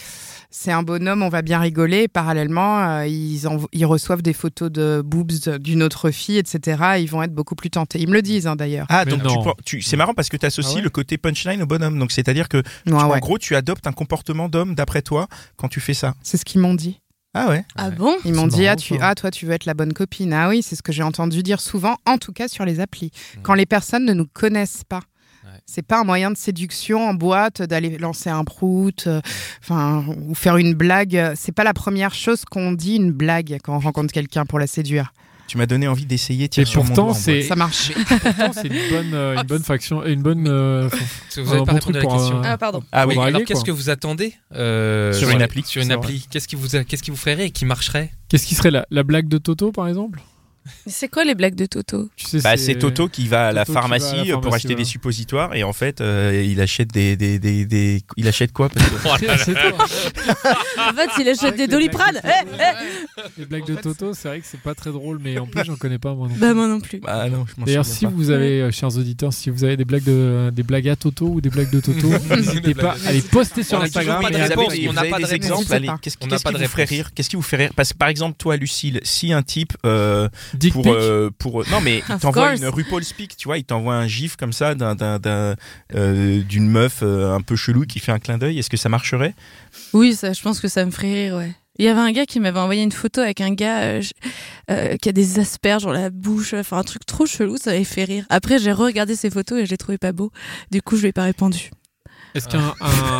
Speaker 5: c'est un bonhomme, on va bien rigoler. Parallèlement, euh, ils, envo- ils reçoivent des photos de boobs euh, d'une autre fille, etc. Ils vont être beaucoup plus tentés. Ils me le disent hein, d'ailleurs.
Speaker 1: Ah, donc tu prends- tu- c'est marrant parce que tu associes
Speaker 5: Ah ouais Ah
Speaker 1: le côté punchline au bonhomme. Donc c'est-à-dire que tu-
Speaker 5: Ouais,
Speaker 1: en
Speaker 5: ouais.
Speaker 1: gros, tu adoptes un comportement d'homme d'après toi quand tu fais ça.
Speaker 5: C'est ce qu'ils m'ont dit.
Speaker 1: Ah ouais.
Speaker 4: Ah bon
Speaker 5: Ils m'ont
Speaker 1: C'est
Speaker 5: dit
Speaker 1: marrant,
Speaker 5: ah, tu,
Speaker 1: ça.
Speaker 5: ah, toi, tu veux être la bonne copine. Ah oui, c'est ce que j'ai entendu dire souvent, en tout cas sur les applis.
Speaker 3: Mmh.
Speaker 5: Quand les personnes ne nous connaissent pas. C'est pas un moyen de séduction en boîte, d'aller lancer un prout, euh, enfin, ou faire une blague. C'est pas la première chose qu'on dit, une blague, quand on rencontre quelqu'un pour la séduire.
Speaker 1: Tu m'as donné envie d'essayer. tiens,
Speaker 3: Et
Speaker 1: sur mon
Speaker 3: pourtant,
Speaker 1: doigt, en
Speaker 3: c'est-
Speaker 1: boîte.
Speaker 5: Ça marche.
Speaker 3: Pourtant, c'est une bonne, euh, une bonne faction, une bonne. euh,
Speaker 2: Vous n'avez
Speaker 3: un
Speaker 2: pas répondu
Speaker 3: bon
Speaker 2: à
Speaker 3: truc
Speaker 2: la
Speaker 3: pour,
Speaker 2: question.
Speaker 3: euh,
Speaker 4: Ah, pardon.
Speaker 1: Ah oui.
Speaker 3: pour draguer,
Speaker 2: Alors qu'est-ce
Speaker 3: quoi.
Speaker 2: que vous attendez euh,
Speaker 1: Sur une appli.
Speaker 2: Sur une
Speaker 3: C'est
Speaker 2: appli. Qu'est-ce qui vous qu'est-ce qui vous ferait rire et qui marcherait
Speaker 3: Qu'est-ce qui serait la, la blague de Toto, par exemple
Speaker 4: Mais C'est quoi les blagues de Toto
Speaker 3: Tu sais,
Speaker 1: Bah, c'est Toto qui va à la
Speaker 3: Toto qui va à la
Speaker 1: pharmacie, euh, pour
Speaker 3: pharmacie,
Speaker 1: acheter
Speaker 3: voilà.
Speaker 1: des suppositoires et en fait euh, il achète des, des, des, des- il achète quoi parce que-
Speaker 2: Oh là là.
Speaker 3: C'est toi.
Speaker 4: En fait, il achète des doliprane. Eh,
Speaker 3: Les blagues de Toto, c'est vrai que c'est pas très drôle, mais en plus, j'en connais pas moi. non
Speaker 4: eh.
Speaker 3: plus.
Speaker 4: Bah, moi non plus.
Speaker 1: [LAUGHS] Bah non, je m'en
Speaker 3: D'ailleurs, si
Speaker 1: souviens pas.
Speaker 3: vous avez, euh, chers auditeurs, si vous avez des blagues de, des blagues à Toto ou des blagues
Speaker 1: [LAUGHS]
Speaker 3: de Toto, n'hésitez pas à les poster sur
Speaker 2: On a
Speaker 3: Instagram.
Speaker 2: toujours pas de
Speaker 3: et à-
Speaker 2: réponse.
Speaker 1: Vous avez des-
Speaker 2: on
Speaker 1: vous
Speaker 2: n'a
Speaker 1: avez
Speaker 2: pas
Speaker 1: des
Speaker 2: de réponse.
Speaker 1: exemples,
Speaker 5: N'hésitez
Speaker 1: allez,
Speaker 5: pas.
Speaker 1: Qu'est-ce qui
Speaker 2: On n'a
Speaker 1: qu'est-ce
Speaker 2: pas
Speaker 1: qui
Speaker 2: de
Speaker 1: vous ferait
Speaker 2: réponse.
Speaker 1: rire Qu'est-ce qui vous fait rire Parce que par exemple, toi, Lucille, si un type euh,
Speaker 3: Dick
Speaker 1: pour
Speaker 3: pic.
Speaker 1: euh, pour euh, non mais
Speaker 5: [LAUGHS]
Speaker 1: il
Speaker 4: Of
Speaker 1: t'envoie
Speaker 4: course.
Speaker 1: une RuPaul speak, tu vois, il t'envoie un gif comme ça d'un d'un- d'un, euh, d'une meuf euh, un peu chelou qui fait un clin d'œil. Est-ce que ça marcherait
Speaker 4: Oui, ça, je pense que ça me ferait rire, ouais. Il y avait un gars qui m'avait envoyé une photo avec un gars euh, je- euh, qui a des asperges dans la bouche, enfin un truc trop chelou, ça m'avait fait rire. Après, j'ai regardé ses photos et je l'ai trouvé pas beau. Du coup, je lui ai pas répondu.
Speaker 3: Est-ce qu'un
Speaker 1: [LAUGHS]
Speaker 3: un,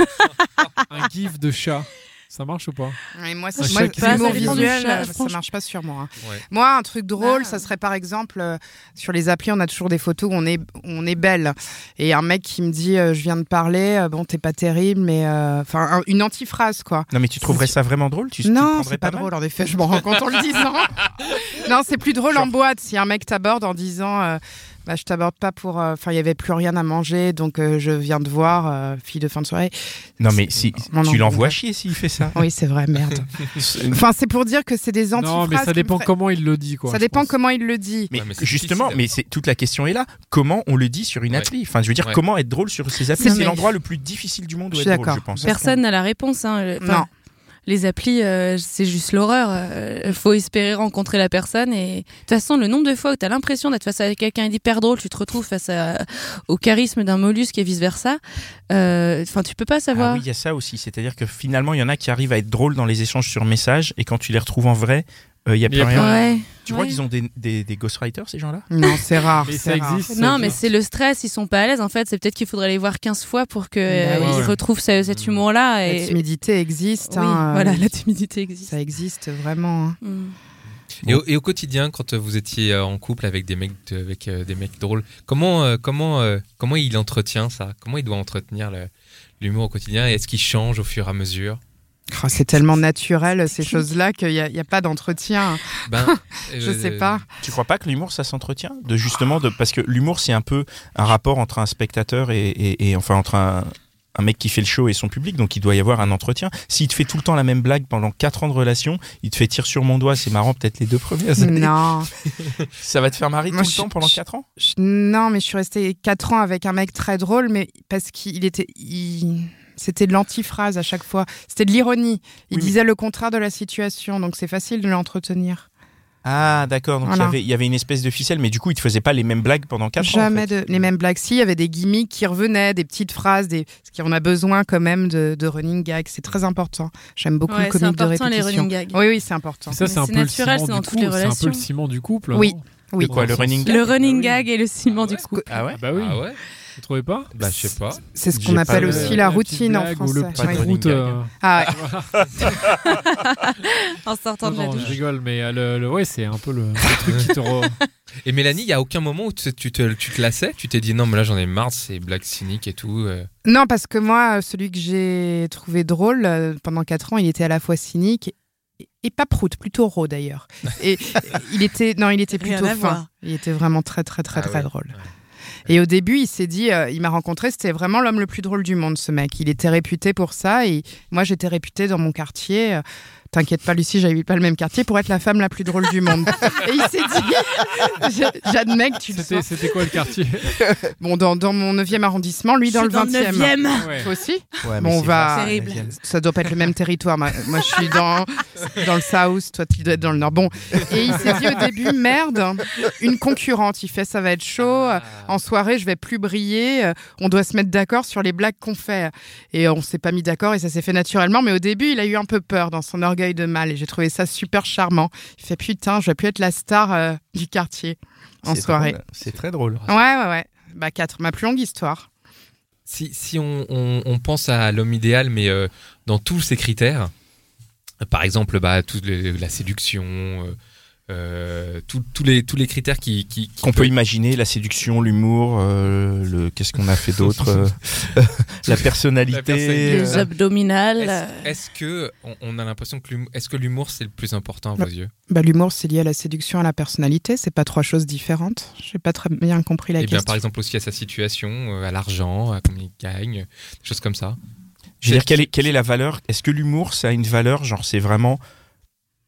Speaker 3: un gif de chat, ça marche ou pas
Speaker 5: Et moi,
Speaker 3: Un
Speaker 5: c'est moi,
Speaker 3: chat qui
Speaker 5: c'est l'humour
Speaker 4: s'appelle Tom
Speaker 5: visuel,
Speaker 4: Chat,
Speaker 5: euh, ça
Speaker 4: franchement.
Speaker 5: marche pas sur moi. hein.
Speaker 2: Ouais.
Speaker 5: Moi, un truc drôle,
Speaker 4: Ah.
Speaker 5: ça serait par exemple euh, sur les applis, on a toujours des photos où on est, où on est belle. Et un mec qui me dit, euh, je viens de parler, euh, bon, t'es pas terrible, mais euh, enfin, un- une antiphrase quoi.
Speaker 1: Non mais tu trouverais ça vraiment drôle Tu tu le
Speaker 5: non,
Speaker 1: prendrais
Speaker 5: c'est pas,
Speaker 1: mal
Speaker 5: drôle en effet, je m'en rends compte en le disant. non, c'est plus drôle en boîte si un mec t'aborde en disant. euh, bah, je t'aborde pas pour. euh, Enfin, il y avait plus rien à manger, donc euh, je viens de voir, euh, fille de fin de soirée.
Speaker 1: Non mais si
Speaker 5: Non, non,
Speaker 1: tu l'envoies
Speaker 5: non.
Speaker 1: chier s'il fait
Speaker 5: [LAUGHS]
Speaker 1: ça.
Speaker 5: Oui, c'est vrai, merde. enfin, c'est pour dire que c'est des antiphrases.
Speaker 3: Non, mais
Speaker 5: qui me
Speaker 3: ça dépend
Speaker 5: feraient-
Speaker 3: comment il le dit, quoi.
Speaker 5: ça
Speaker 3: je
Speaker 5: dépend
Speaker 3: pense.
Speaker 5: comment il le dit.
Speaker 1: Mais,
Speaker 2: Ouais, mais c'est
Speaker 1: justement,
Speaker 2: difficile.
Speaker 1: mais c'est toute la question est là. Comment on le dit sur une
Speaker 2: Ouais.
Speaker 1: appli Enfin, je veux dire,
Speaker 2: Ouais.
Speaker 1: comment être drôle sur ces applis
Speaker 5: C'est-
Speaker 1: C'est
Speaker 5: mais-
Speaker 1: l'endroit le plus difficile du monde où
Speaker 5: Je
Speaker 1: être
Speaker 5: suis
Speaker 1: drôle,
Speaker 5: d'accord.
Speaker 1: je pense.
Speaker 4: Personne n'a la réponse. Hein. Le- enfin,
Speaker 5: Non.
Speaker 4: Les applis, euh, c'est juste l'horreur. Euh, faut espérer rencontrer la personne. Et de toute façon, le nombre de fois où t'as l'impression d'être face à quelqu'un d'hyper drôle, tu te retrouves face à- au charisme d'un mollusque et vice versa. Euh, Enfin, tu peux pas savoir.
Speaker 1: Ah oui, il y a ça aussi. C'est-à-dire que finalement, il y en a qui arrivent à être drôles dans les échanges sur message, et quand tu les retrouves en vrai, euh, il y a
Speaker 3: Il y
Speaker 1: plus
Speaker 3: a plus
Speaker 1: rien.
Speaker 4: Ouais.
Speaker 1: Tu vois
Speaker 4: Ouais.
Speaker 1: qu'ils ont des, des, des ghostwriters, ces gens-là
Speaker 5: [LAUGHS] Non, c'est rare.
Speaker 3: Mais
Speaker 5: c'est
Speaker 3: ça
Speaker 5: rare.
Speaker 3: existe.
Speaker 4: Non,
Speaker 3: ça
Speaker 4: mais
Speaker 3: existe.
Speaker 4: c'est le stress, ils sont pas à l'aise en fait. C'est peut-être qu'il faudrait les voir 15 fois pour qu'ils
Speaker 5: Bah
Speaker 3: ouais.
Speaker 4: retrouvent ce- cet humour-là.
Speaker 5: La
Speaker 4: Et...
Speaker 5: timidité existe.
Speaker 4: Oui,
Speaker 5: hein, euh,
Speaker 4: voilà, la timidité existe.
Speaker 5: Ça existe vraiment. hein.
Speaker 4: Mm.
Speaker 2: Et, au, et au quotidien, quand euh, vous étiez euh, en couple avec des mecs, de- avec euh, des mecs drôles, comment, euh, comment, euh, comment il entretient ça Comment il doit entretenir le- l'humour au quotidien Et est-ce qu'il change au fur et à mesure
Speaker 5: Oh, c'est tellement naturel ces choses-là qu'il n'y a, il y a pas d'entretien.
Speaker 2: Ben,
Speaker 5: [LAUGHS] Je
Speaker 2: euh,
Speaker 3: [LAUGHS]
Speaker 5: sais pas.
Speaker 1: Tu crois pas que l'humour, ça s'entretient de justement de parce que l'humour, c'est un peu un rapport entre un spectateur et, et- et- enfin entre un, un mec qui fait le show et son public, donc il doit y avoir un entretien. S'il te fait tout le temps la même blague pendant 4 ans de relation, il te fait tirer sur mon doigt, c'est marrant peut-être les deux premières années.
Speaker 5: Non,
Speaker 1: Ça va te faire marrer
Speaker 5: Moi,
Speaker 1: tout
Speaker 5: je-
Speaker 1: le temps pendant
Speaker 5: je-
Speaker 1: 4 ans
Speaker 5: Je- non, mais je suis restée 4 ans avec un mec très drôle, mais parce qu'il était, il- c'était de l'antiphrase à chaque fois. C'était de l'ironie.
Speaker 1: Oui,
Speaker 5: Il
Speaker 1: mais-
Speaker 5: disait le contraire de la situation, donc c'est facile de l'entretenir.
Speaker 1: Ah d'accord, donc il y
Speaker 5: Voilà.
Speaker 1: avait- il y, avait une espèce de ficelle, mais du coup il te faisait pas les mêmes blagues pendant 4 ans. en
Speaker 5: Jamais
Speaker 1: fait.
Speaker 5: de- les mêmes blagues. Si, il y avait des gimmicks qui revenaient, des petites phrases, des... ce qu'on a besoin quand même de, de running gags. C'est très important. J'aime beaucoup
Speaker 4: Ouais,
Speaker 5: le
Speaker 4: c'est
Speaker 5: comique de
Speaker 4: important les
Speaker 5: répétition.
Speaker 4: running gags.
Speaker 5: Oui, oui, c'est important.
Speaker 3: Ça,
Speaker 4: Mais
Speaker 3: c'est un
Speaker 4: c'est
Speaker 3: peu le
Speaker 4: naturel,
Speaker 3: ciment
Speaker 4: c'est dans
Speaker 3: du
Speaker 4: toutes les
Speaker 3: couple. C'est un peu le
Speaker 4: relations.
Speaker 3: ciment du couple.
Speaker 5: Oui,
Speaker 3: non
Speaker 5: Ah oui.
Speaker 1: De quoi, le running gag
Speaker 4: Le running
Speaker 3: Bah oui.
Speaker 4: gag et le ciment du couple.
Speaker 1: Ah ouais
Speaker 3: Ah bah oui.
Speaker 2: Ah ouais
Speaker 3: Vous trouvez pas
Speaker 2: Bah, je sais pas.
Speaker 5: C'est ce
Speaker 1: J'ai
Speaker 5: qu'on
Speaker 1: pas
Speaker 5: appelle
Speaker 1: le-
Speaker 5: aussi la
Speaker 3: petite
Speaker 5: routine en
Speaker 3: blague ou
Speaker 5: français.
Speaker 3: le petit
Speaker 5: Ouais.
Speaker 2: running
Speaker 3: route,
Speaker 2: gag.
Speaker 3: euh,
Speaker 5: Ah, ouais.
Speaker 4: En sortant de la
Speaker 5: Ah
Speaker 3: non, non,
Speaker 4: douche.
Speaker 3: je rigole, mais euh, le, le- ouais, c'est un peu le,
Speaker 1: [LAUGHS]
Speaker 3: le truc qui te. re-
Speaker 2: Et Mélanie, il n'y a aucun moment où tu, tu te, tu te lassais Tu t'es dit non, mais là j'en ai marre, de ces blagues cyniques et tout. euh.
Speaker 5: Non, parce que moi, celui que j'ai trouvé drôle euh, pendant 4 ans, il était à la fois cynique et- et pas prout, plutôt
Speaker 4: [LAUGHS]
Speaker 5: raw d'ailleurs. Et il était, non, il était
Speaker 4: Rien
Speaker 5: plutôt
Speaker 4: à
Speaker 5: fin.
Speaker 4: voir.
Speaker 5: Il était vraiment très, très, très,
Speaker 2: Ah
Speaker 5: très
Speaker 2: ouais.
Speaker 5: drôle. Et au début, il s'est dit, euh, il m'a rencontré, c'était vraiment l'homme le plus drôle du monde, ce mec. Il était réputé pour ça. Et moi, j'étais réputée dans mon quartier euh, T'inquiète pas, Lucie, j'habite pas le même quartier pour être la femme la plus drôle
Speaker 4: [LAUGHS]
Speaker 5: du monde. Et il s'est dit [LAUGHS] je- J'admets que tu le
Speaker 3: C'était
Speaker 5: sois.
Speaker 3: c'était quoi
Speaker 1: [LAUGHS]
Speaker 3: le quartier
Speaker 5: Bon, dans, dans mon 9e arrondissement, lui
Speaker 4: Je
Speaker 5: dans
Speaker 4: suis
Speaker 5: le
Speaker 4: dans le
Speaker 5: 20e.
Speaker 4: 9e.
Speaker 3: Ouais.
Speaker 5: Toi aussi
Speaker 6: Ouais, mais
Speaker 5: Bon, on
Speaker 6: c'est
Speaker 5: va-
Speaker 6: vrai,
Speaker 4: Terrible.
Speaker 6: Megan.
Speaker 5: Ça doit pas être le même territoire. Moi, moi, je suis dans, dans le South, toi, tu dois être dans le Nord. Bon, et il s'est dit au début, merde, une concurrente. Il fait, ça va être chaud.
Speaker 6: Ah.
Speaker 5: En soirée, je vais plus briller. Euh, On doit se mettre d'accord sur les blagues qu'on fait. Et on s'est pas mis d'accord et ça s'est fait naturellement. Mais au début, il a eu un peu peur dans son orgueil de mal. Et j'ai trouvé ça super charmant. Il fait, putain, je vais plus être la star euh, du quartier en
Speaker 6: C'est
Speaker 5: soirée.
Speaker 6: drôle. C'est très drôle.
Speaker 5: Ouais, ouais, ouais. Bah, 4, ma plus longue histoire.
Speaker 2: Si, si on, on- on pense à l'homme idéal, mais euh, dans tous ses critères, par exemple, bah, tout le- la séduction, euh, euh, tout- tous les, tous les critères qui, qui- qui
Speaker 1: Qu'on peut
Speaker 2: peuvent-
Speaker 1: imaginer, la séduction, l'humour, euh, le qu'est-ce qu'on a fait d'autre euh, [LAUGHS] La personnalité.
Speaker 2: La personnalité.
Speaker 1: euh,
Speaker 4: Les abdominales. euh,
Speaker 2: Est-ce est-ce que on, on a l'impression que l'humour, est-ce que l'humour c'est le plus important à
Speaker 5: Non.
Speaker 2: vos yeux
Speaker 5: Bah, L'humour, c'est lié à la séduction, à la personnalité. C'est pas trois choses différentes. J'ai pas très bien compris la
Speaker 2: Et Eh bien,
Speaker 5: question.
Speaker 2: par exemple aussi à sa situation, euh, à l'argent, à combien il gagne, euh, des choses comme ça.
Speaker 1: Je veux dire, quelle est, quelle est la valeur Est-ce que l'humour, ça a une valeur Genre, c'est vraiment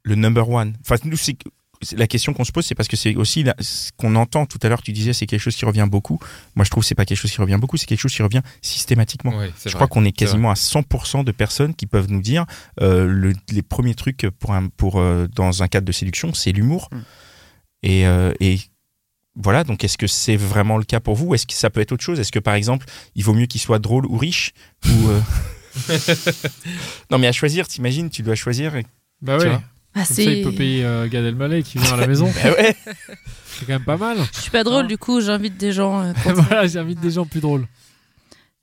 Speaker 1: le number one Enfin, nous, c'est c'est la question qu'on se pose, c'est parce que c'est aussi la- ce qu'on entend tout à l'heure. Tu disais, c'est quelque chose qui revient beaucoup. Moi, je trouve que c'est pas quelque chose qui revient beaucoup, c'est quelque chose qui revient systématiquement.
Speaker 2: Ouais, c'est
Speaker 1: Je
Speaker 2: vrai.
Speaker 1: crois qu'on est
Speaker 2: c'est
Speaker 1: quasiment à 100% de personnes qui peuvent nous dire euh, le- les premiers trucs pour un, pour, euh, dans un cadre de séduction, c'est l'humour.
Speaker 5: Mm.
Speaker 1: Et, euh, et voilà, donc est-ce que c'est vraiment le cas pour vous Est-ce que ça peut être autre chose Est-ce que par exemple, il vaut mieux qu'il soit drôle ou riche ou, [LAUGHS] euh, Non mais à choisir, t'imagines, tu dois choisir. et-
Speaker 3: Bah
Speaker 1: Tu
Speaker 3: ouais.
Speaker 1: vois
Speaker 4: Ah,
Speaker 3: Comme ça, il
Speaker 4: c'est.
Speaker 3: peut payer euh, Gad Elmaleh qui vient
Speaker 1: [LAUGHS]
Speaker 3: à la maison.
Speaker 1: Bah ouais.
Speaker 3: C'est quand même pas
Speaker 1: [LAUGHS]
Speaker 3: mal. [LAUGHS]
Speaker 4: Je suis pas drôle, du coup, j'invite des gens. euh,
Speaker 5: Ah
Speaker 4: pour-
Speaker 3: voilà, j'invite des gens plus drôles.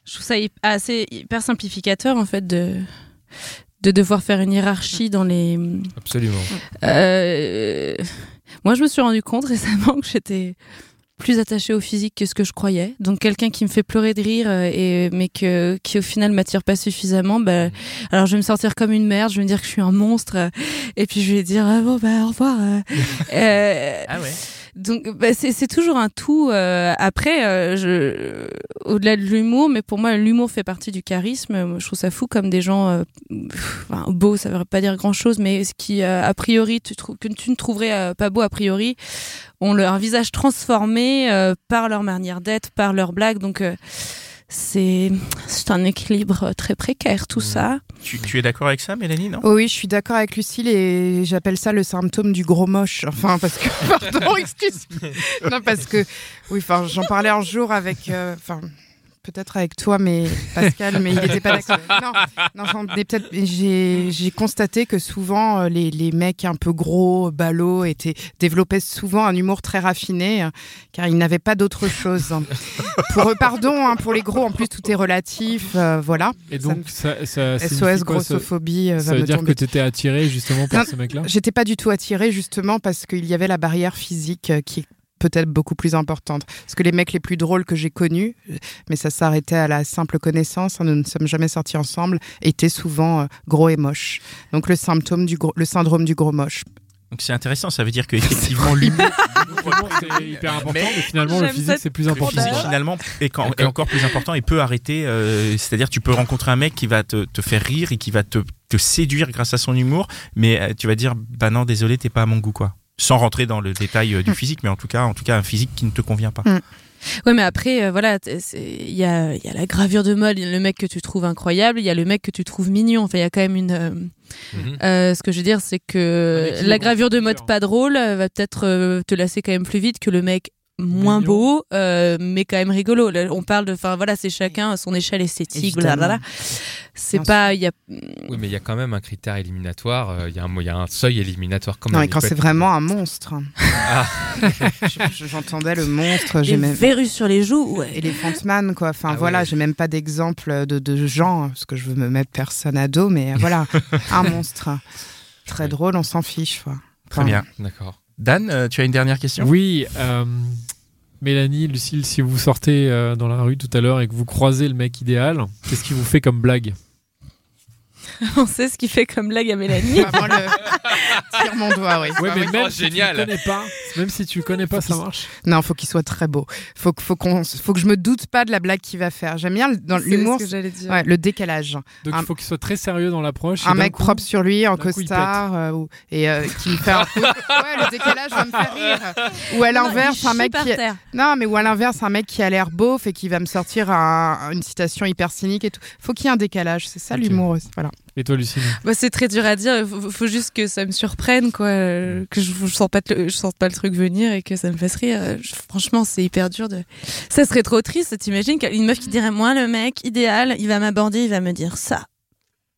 Speaker 4: Je trouve ça hy- assez hyper simplificateur, en fait, de de devoir faire une hiérarchie dans les.
Speaker 2: Absolument.
Speaker 4: Euh, Moi, je me suis rendu compte récemment que j'étais plus attachée au physique que ce que je croyais. Donc, quelqu'un qui me fait pleurer de rire euh, et mais que qui au final m'attire pas suffisamment, bah,
Speaker 1: Mm-hmm.
Speaker 4: alors je vais me sentir comme une merde. Je vais me dire que je suis un monstre euh, et puis je vais dire ah bon bah au revoir.
Speaker 1: [LAUGHS]
Speaker 4: euh. Euh,
Speaker 1: Ah ouais.
Speaker 4: donc bah, c'est c'est toujours un tout. euh, après, euh, je, au-delà de l'humour, mais pour moi l'humour fait partie du charisme. Moi, Je trouve ça fou comme des gens euh, pff, enfin, beaux, ça veut pas dire grand-chose, mais ce qui euh, a priori tu trouves que tu ne trouverais euh, pas beau a priori, ont leur visage transformé euh, par leur manière d'être, par leur blague. Donc euh, c'est c'est un équilibre euh, très précaire tout ça.
Speaker 1: Tu, tu es d'accord avec ça, Mélanie Non.
Speaker 5: Oh oui, je suis d'accord avec Lucille et j'appelle ça le symptôme du gros moche. Enfin, parce que, [LAUGHS] pardon, excuse. Non, parce que, oui, enfin, j'en parlais un jour avec, euh, enfin, peut-être avec toi, mais Pascal, mais il n'était pas d'accord. Non, non j'en ai peut-être, j'ai j'ai constaté que souvent, euh, les, les mecs un peu gros, ballots, étaient, développaient souvent un humour très raffiné, euh, car ils n'avaient pas d'autre chose. Pour eux, pardon, hein, pour les gros, en plus, tout est relatif, euh, voilà.
Speaker 3: Et donc, ça, ça, signifie quoi,
Speaker 5: SOS
Speaker 3: ça-
Speaker 5: grossophobie euh,
Speaker 3: Ça,
Speaker 5: va
Speaker 3: veut
Speaker 5: me
Speaker 3: dire que
Speaker 5: tomber
Speaker 3: tu étais attiré justement par
Speaker 5: Non.
Speaker 3: ce mec-là
Speaker 5: J'étais pas du tout attirée justement parce qu'il y avait la barrière physique euh, qui est peut-être beaucoup plus importante. Parce que les mecs les plus drôles que j'ai connus, euh, mais ça s'arrêtait à la simple connaissance, hein, nous ne sommes jamais sortis ensemble, étaient souvent euh, gros et moches. Donc le symptôme du gros, le syndrome du gros moche.
Speaker 1: Donc c'est intéressant, ça veut dire [LAUGHS] que effectivement l'humour
Speaker 3: Vraiment, C'est hyper important, mais, finalement, le
Speaker 4: J'aime
Speaker 3: physique,
Speaker 4: cette
Speaker 3: c'est plus
Speaker 1: Le physique,
Speaker 3: important.
Speaker 1: finalement est, quand- est encore plus important et peut arrêter. euh, C'est-à-dire tu peux rencontrer un mec qui va te, te faire rire et qui va te, te séduire grâce à son humour, mais euh, tu vas dire bah non désolé t'es pas à mon goût quoi. Sans rentrer dans le détail
Speaker 5: [LAUGHS]
Speaker 1: euh, du physique, mais en tout cas en tout cas un physique qui ne te convient pas.
Speaker 4: Ouais, mais après, euh, voilà, t- c'est- il y a, il y a la gravure de mode, il y a le mec que tu trouves incroyable, il y a le mec que tu trouves mignon. Enfin, il y a quand même une. euh,
Speaker 2: Mhm.
Speaker 4: euh, ce que je veux dire, c'est
Speaker 3: Un
Speaker 4: que
Speaker 3: équilibre
Speaker 4: la gravure de mode
Speaker 3: différent.
Speaker 4: pas drôle euh, va peut-être euh, te lasser quand même plus vite que le mec moins
Speaker 3: Mignon.
Speaker 4: beau, euh, mais quand même rigolo. Là, on parle de. Enfin, voilà, c'est chacun à son échelle esthétique,
Speaker 5: Évidemment.
Speaker 4: blablabla. C'est
Speaker 5: Bien
Speaker 4: pas. il Y a...
Speaker 2: Oui, mais il y a quand même un critère éliminatoire. euh, Il y, a un mo- il y a un seuil éliminatoire quand même.
Speaker 5: Non, et
Speaker 2: Il
Speaker 5: quand
Speaker 2: peut
Speaker 5: c'est
Speaker 2: être-
Speaker 5: vraiment un monstre. hein.
Speaker 2: Ah.
Speaker 5: [LAUGHS] Je- J'entendais le monstre,
Speaker 4: J'ai
Speaker 5: j'ai même...
Speaker 4: verrues sur les joues, ouais.
Speaker 5: Elephant Man, quoi. Enfin,
Speaker 2: Ah
Speaker 5: voilà,
Speaker 2: ouais.
Speaker 5: j'ai même pas d'exemple de, de gens, parce que je veux me mettre personne à dos, mais euh, voilà, un monstre. Très
Speaker 2: Ouais.
Speaker 5: drôle, on s'en fiche, quoi.
Speaker 1: Très bien.
Speaker 2: D'accord.
Speaker 1: Dan, euh, tu as une dernière question
Speaker 3: Oui, euh, Mélanie, Lucille, si vous sortez euh, dans la rue tout à l'heure et que vous croisez le mec idéal, qu'est-ce qu'il vous fait comme blague
Speaker 4: [LAUGHS] on sait ce qu'il fait comme blague à Mélanie.
Speaker 5: Vraiment le... [LAUGHS] Tire mon doigt, oui.
Speaker 3: Ouais,
Speaker 2: Ah
Speaker 3: mais
Speaker 2: oui,
Speaker 3: même
Speaker 2: oh,
Speaker 3: si tu
Speaker 2: génial.
Speaker 3: le connais pas, marche, même si tu connais pas, ça marche.
Speaker 5: Non, faut qu'il soit très beau. Faut, que- faut, qu'on, faut que je me doute pas de la blague qu'il va faire. J'aime bien le-
Speaker 4: [LAUGHS]
Speaker 5: dans
Speaker 4: C'est
Speaker 5: l'humour,
Speaker 4: ce que j'allais dire.
Speaker 5: ouais, le décalage.
Speaker 3: Donc
Speaker 5: Un-
Speaker 3: il faut qu'il soit très sérieux dans l'approche. et
Speaker 5: un
Speaker 3: d'un
Speaker 5: mec
Speaker 3: coup-
Speaker 5: propre sur lui en
Speaker 3: d'un coup, il
Speaker 5: costard euh, ou- et euh, qui me fait un coup. Ouais, le décalage va me faire rire. Ou à
Speaker 4: Non,
Speaker 5: l'inverse,
Speaker 4: il
Speaker 5: un
Speaker 4: chie
Speaker 5: mec
Speaker 4: par
Speaker 5: qui
Speaker 4: terre.
Speaker 5: non, mais ou à l'inverse, un mec qui a l'air beauf et qui va me sortir un- une citation hyper cynique et tout. Faut qu'il y ait un décalage, c'est ça
Speaker 3: Ok.
Speaker 5: l'humour aussi. Voilà.
Speaker 3: Et toi, Lucine
Speaker 4: Bah, c'est très dur à dire. Faut, faut juste que ça me surprenne, quoi.
Speaker 5: Mm.
Speaker 4: euh, Que je, je sente pas, le- je sente pas le truc venir et que ça me fasse rire. Euh, je- franchement, c'est hyper dur de. Ça serait trop triste. T'imagines qu'il y a une meuf
Speaker 5: Mm.
Speaker 4: qui dirait moi le mec idéal, il va m'aborder, il va me dire ça.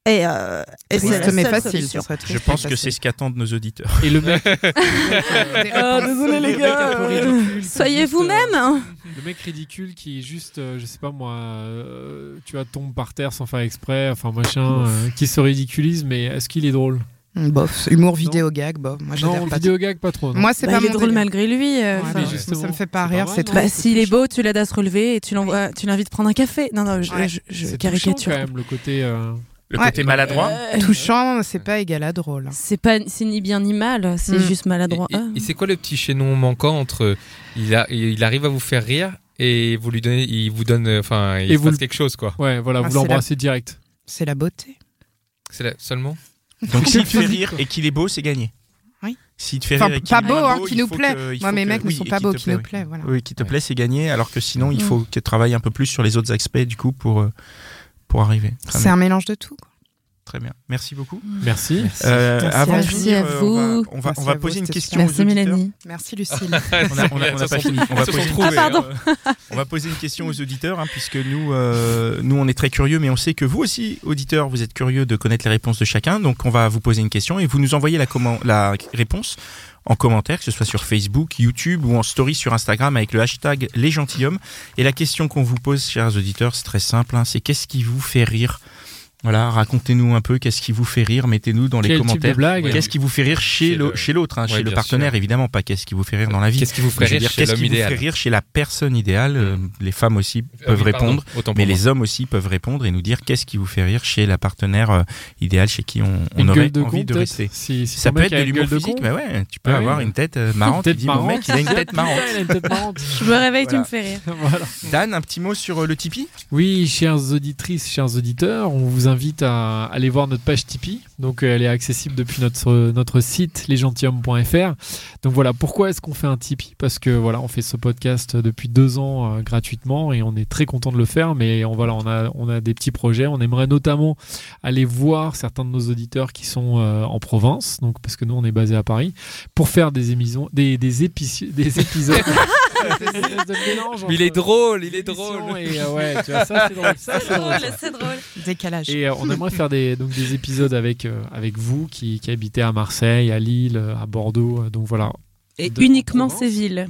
Speaker 4: Et, euh, et c'est
Speaker 5: Triste
Speaker 4: la
Speaker 5: mais
Speaker 4: seule
Speaker 5: facile.
Speaker 4: solution.
Speaker 5: ce serait triste,
Speaker 1: Je pense
Speaker 5: mais
Speaker 1: que c'est
Speaker 5: facile.
Speaker 1: ce qu'attendent nos auditeurs.
Speaker 3: Et le mec.
Speaker 5: [LAUGHS]
Speaker 3: euh,
Speaker 5: Des
Speaker 4: Ah,
Speaker 5: réponses.
Speaker 4: désolé les
Speaker 3: le mec un
Speaker 4: gars.
Speaker 3: peu
Speaker 4: euh,
Speaker 3: ridicule qui
Speaker 4: Soyez
Speaker 3: juste, euh,
Speaker 4: vous-même. hein.
Speaker 3: Le mec ridicule qui est juste, euh, je sais pas moi, euh, tu vois, tombe par terre sans faire exprès, enfin machin, euh, qui se ridiculise, mais est-ce qu'il est drôle
Speaker 5: Mm, Bof, humour vidéo gag, bof. Moi,
Speaker 3: Non,
Speaker 5: Ah, j'adhère pas.
Speaker 3: vidéo gag, pas trop. non.
Speaker 5: Moi, c'est
Speaker 4: Bah,
Speaker 5: pas
Speaker 4: il est
Speaker 5: mon
Speaker 4: drôle
Speaker 5: délire.
Speaker 4: malgré lui. euh,
Speaker 5: Ouais,
Speaker 4: enfin,
Speaker 5: mais
Speaker 3: mais
Speaker 5: justement, ça me fait
Speaker 3: c'est pas
Speaker 5: pas rire,
Speaker 3: mal,
Speaker 5: c'est
Speaker 3: non
Speaker 5: tout.
Speaker 4: Bah, s'il est beau, tu l'aides à se relever et tu l'envoies, tu l'invites prendre un café. Non, non, je,
Speaker 5: Ouais.
Speaker 4: je-
Speaker 3: C'est
Speaker 4: je
Speaker 3: touchant,
Speaker 4: caricature.
Speaker 3: quand même le côté. euh,
Speaker 1: Le
Speaker 5: Ouais.
Speaker 1: côté maladroit.
Speaker 4: Euh,
Speaker 5: touchant, c'est pas égal à drôle. hein.
Speaker 4: C'est pas, c'est ni bien ni mal. C'est
Speaker 5: Mm.
Speaker 4: juste maladroit.
Speaker 2: Et, et- et c'est quoi le petit chaînon manquant entre il, a, il arrive à vous faire rire et vous lui donnez, il vous donne, euh, enfin, il
Speaker 3: Et
Speaker 2: se
Speaker 3: vous
Speaker 2: passe
Speaker 3: le-
Speaker 2: quelque chose quoi.
Speaker 3: Ouais, voilà,
Speaker 5: Ah,
Speaker 3: vous
Speaker 5: c'est la-
Speaker 3: l'embrassez direct.
Speaker 5: C'est la beauté.
Speaker 2: C'est là- seulement.
Speaker 1: Donc s'il te fait
Speaker 3: physique,
Speaker 1: rire
Speaker 3: quoi.
Speaker 1: et qu'il est beau, c'est gagné.
Speaker 5: Oui.
Speaker 1: S'il te fait
Speaker 5: Enfin,
Speaker 1: rire et qu'il
Speaker 5: pas
Speaker 1: est
Speaker 5: beau, hein, qui
Speaker 1: il
Speaker 5: nous
Speaker 1: faut
Speaker 5: plaît.
Speaker 1: que- il
Speaker 5: Moi,
Speaker 1: faut
Speaker 5: mes
Speaker 1: que-
Speaker 5: mecs ne
Speaker 1: oui,
Speaker 5: sont
Speaker 1: et
Speaker 5: pas
Speaker 1: qu'il
Speaker 5: beaux,
Speaker 1: te
Speaker 5: qui nous plaît, voilà.
Speaker 1: Oui, qui te
Speaker 2: Ouais.
Speaker 1: plaît, c'est gagné. Alors que sinon, il
Speaker 4: Mm.
Speaker 1: faut que tu travailles un peu plus sur les autres aspects du coup pour, euh, pour arriver. Très
Speaker 5: C'est
Speaker 1: bien.
Speaker 5: un mélange de tout. quoi.
Speaker 1: Très bien. Merci beaucoup.
Speaker 5: Hmm.
Speaker 3: Merci.
Speaker 1: Euh,
Speaker 5: Merci
Speaker 1: avant
Speaker 5: à
Speaker 1: de
Speaker 5: vous.
Speaker 1: finir,
Speaker 4: Merci à
Speaker 1: euh, on
Speaker 4: vous.
Speaker 1: va, on va, on
Speaker 5: Merci
Speaker 1: va
Speaker 5: à vous,
Speaker 1: poser une
Speaker 5: c'était
Speaker 1: question aux
Speaker 4: Merci
Speaker 1: auditeurs.
Speaker 4: Mélanie.
Speaker 1: [LAUGHS]
Speaker 5: Merci Lucille.
Speaker 1: On a- on
Speaker 2: [LAUGHS]
Speaker 1: a- on a pas fini. On va
Speaker 2: se
Speaker 1: poser une-
Speaker 2: retrouve,
Speaker 4: Ah, pardon.
Speaker 2: hein.
Speaker 1: On va poser une question aux auditeurs, hein, puisque nous, euh, nous, on est très curieux, mais on sait que vous aussi, auditeurs, vous êtes curieux de connaître les réponses de chacun. Donc, on va vous poser une question et vous nous envoyez la, commen- la réponse en commentaire, que ce soit sur Facebook, YouTube ou en story sur Instagram avec le hashtag Les Gentilhommes. Et la question qu'on vous pose, chers auditeurs, c'est très simple hein, c'est qu'est-ce qui vous fait rire voilà, racontez-nous un peu qu'est-ce qui vous fait rire, mettez-nous dans les
Speaker 3: Quel type de
Speaker 1: commentaires.
Speaker 3: blague
Speaker 1: Qu'est-ce qui vous fait rire chez
Speaker 2: Chez
Speaker 1: l'au-
Speaker 2: le-
Speaker 1: chez l'autre, hein,
Speaker 2: Ouais,
Speaker 1: chez le
Speaker 2: bien
Speaker 1: partenaire,
Speaker 2: sûr.
Speaker 1: évidemment, pas qu'est-ce qui vous fait rire dans la vie.
Speaker 2: Qu'est-ce qui vous ferait
Speaker 1: Je veux
Speaker 2: rire
Speaker 1: dire,
Speaker 2: chez
Speaker 1: qu'est-ce
Speaker 2: l'homme
Speaker 1: qui vous fait
Speaker 2: idéal
Speaker 1: rire chez la personne idéale Euh, Les femmes aussi
Speaker 2: Ah oui,
Speaker 1: peuvent
Speaker 2: pardon,
Speaker 1: répondre,
Speaker 2: autant pour
Speaker 1: mais
Speaker 2: moi.
Speaker 1: les hommes aussi peuvent répondre et nous dire qu'est-ce qui vous fait rire chez la partenaire euh, idéale chez qui on, on
Speaker 3: Une
Speaker 1: aurait
Speaker 3: gueule de
Speaker 1: envie
Speaker 3: con,
Speaker 1: de
Speaker 3: peut-être
Speaker 1: rester.
Speaker 3: Si, si
Speaker 1: Ça
Speaker 3: ton
Speaker 1: peut
Speaker 3: mec
Speaker 1: être
Speaker 3: a
Speaker 1: de
Speaker 3: une gueule
Speaker 1: l'humour
Speaker 3: de
Speaker 1: physique,
Speaker 3: con,
Speaker 1: mais ouais, tu peux
Speaker 3: Ah oui,
Speaker 1: avoir
Speaker 3: mais-
Speaker 1: une tête euh, marrante. Tu
Speaker 3: Peut-être
Speaker 1: dis, mon mec, il
Speaker 3: [LAUGHS]
Speaker 1: a une tête marrante.
Speaker 3: Putain, il a une tête marrante. [LAUGHS]
Speaker 4: Je me réveille,
Speaker 1: Voilà.
Speaker 4: tu me fais rire.
Speaker 3: Voilà.
Speaker 1: Dan, un petit mot sur euh, le Tipeee
Speaker 3: Oui, chères auditrices, chers auditeurs, on vous invite à aller voir notre page Tipeee. Donc, euh, elle est accessible depuis notre, notre site lesgentilhommes.fr. Donc voilà, pourquoi est-ce qu'on fait un Tipeee Parce que voilà, on fait ce podcast depuis deux ans euh, gratuitement et on est très content de le faire. Mais on voilà, on a on a des petits projets. On aimerait notamment aller voir certains de nos auditeurs qui sont euh, en province, donc parce que nous on est basé à Paris, pour faire des émissions, des des, épici- des
Speaker 2: [LAUGHS]
Speaker 3: épisodes. Des espèces de mélange
Speaker 2: Mais il est
Speaker 3: entre-
Speaker 2: drôle, il est
Speaker 3: émission
Speaker 2: drôle.
Speaker 3: Et euh, ouais, tu vois, ça c'est drôle. Ça, [LAUGHS] c'est drôle.
Speaker 4: [LAUGHS] c'est drôle.
Speaker 5: Décalage.
Speaker 3: Et euh, on aimerait faire des, donc, des épisodes avec, euh, avec vous qui, qui habitez à Marseille, à Lille, euh, à Bordeaux. euh, Donc voilà.
Speaker 4: Et
Speaker 3: De- en
Speaker 4: uniquement
Speaker 3: Provence.
Speaker 4: ces villes.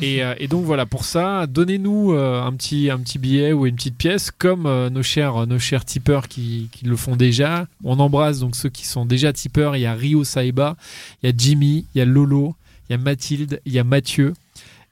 Speaker 3: Et, euh, et donc voilà, pour ça, donnez-nous euh, un, petit, un petit billet ou une petite pièce, comme euh, nos, chers, nos chers tipeurs qui, qui le font déjà. On embrasse donc ceux qui sont déjà tipeurs. Il y a Rio Saiba, il y a Jimmy, il y a Lolo, il y a Mathilde, il y a Mathieu.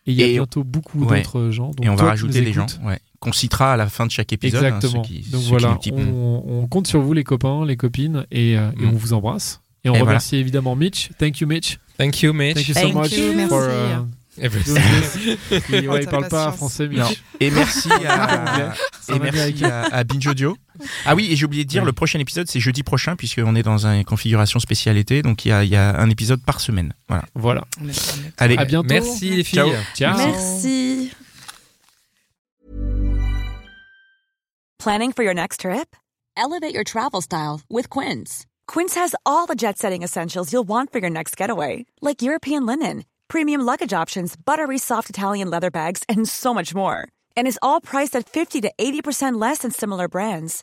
Speaker 3: Et il y a
Speaker 1: Et-
Speaker 3: bientôt beaucoup
Speaker 1: ouais.
Speaker 3: d'autres gens. Donc
Speaker 1: Et on
Speaker 3: toi
Speaker 1: va
Speaker 3: qui
Speaker 1: rajouter
Speaker 3: nous
Speaker 1: les gens
Speaker 3: écoutes,
Speaker 1: ouais, qu'on citera à la fin de chaque épisode. hein, ceux
Speaker 3: Exactement.
Speaker 1: qui-
Speaker 3: Donc
Speaker 1: ceux qui
Speaker 3: voilà,
Speaker 1: nous typent.
Speaker 3: on, on compte sur vous les copains, les copines, et, euh, et
Speaker 2: Mm.
Speaker 3: on vous embrasse. Et on
Speaker 1: Et
Speaker 3: remercie évidemment Mitch. Thank you Mitch.
Speaker 2: Thank you, Eh ben, Mitch.
Speaker 3: Thank you so
Speaker 4: Thank
Speaker 3: much
Speaker 4: you.
Speaker 3: for
Speaker 1: [LAUGHS]
Speaker 5: Merci.
Speaker 3: euh,
Speaker 2: Everything.
Speaker 3: doing
Speaker 2: [LAUGHS]
Speaker 3: this. Il, ouais,
Speaker 5: Oh,
Speaker 3: il
Speaker 5: ta
Speaker 3: parle pas
Speaker 5: patience.
Speaker 3: français Mitch.
Speaker 1: Non. Et merci à,
Speaker 3: C'est un
Speaker 1: et merci
Speaker 3: Américain.
Speaker 1: à, à Binge Audio. Ah oui, et j'ai oublié de dire,
Speaker 3: Oui.
Speaker 1: le prochain épisode, c'est jeudi prochain, puisqu'on est dans une configuration spéciale été, donc il y a, il y a un épisode par semaine. Voilà.
Speaker 3: Voilà.
Speaker 5: On est sur le-
Speaker 1: Allez,
Speaker 3: À bientôt.
Speaker 2: Merci les filles.
Speaker 1: Ciao.
Speaker 3: Ciao.
Speaker 4: Merci.
Speaker 7: Planning for your next trip? Elevate your travel style with Quince. Quince has all the jet setting essentials you'll want for your next getaway, like European linen, premium luggage options, buttery soft Italian leather bags, and so much more. And is all priced at 50 to 80% less than similar brands.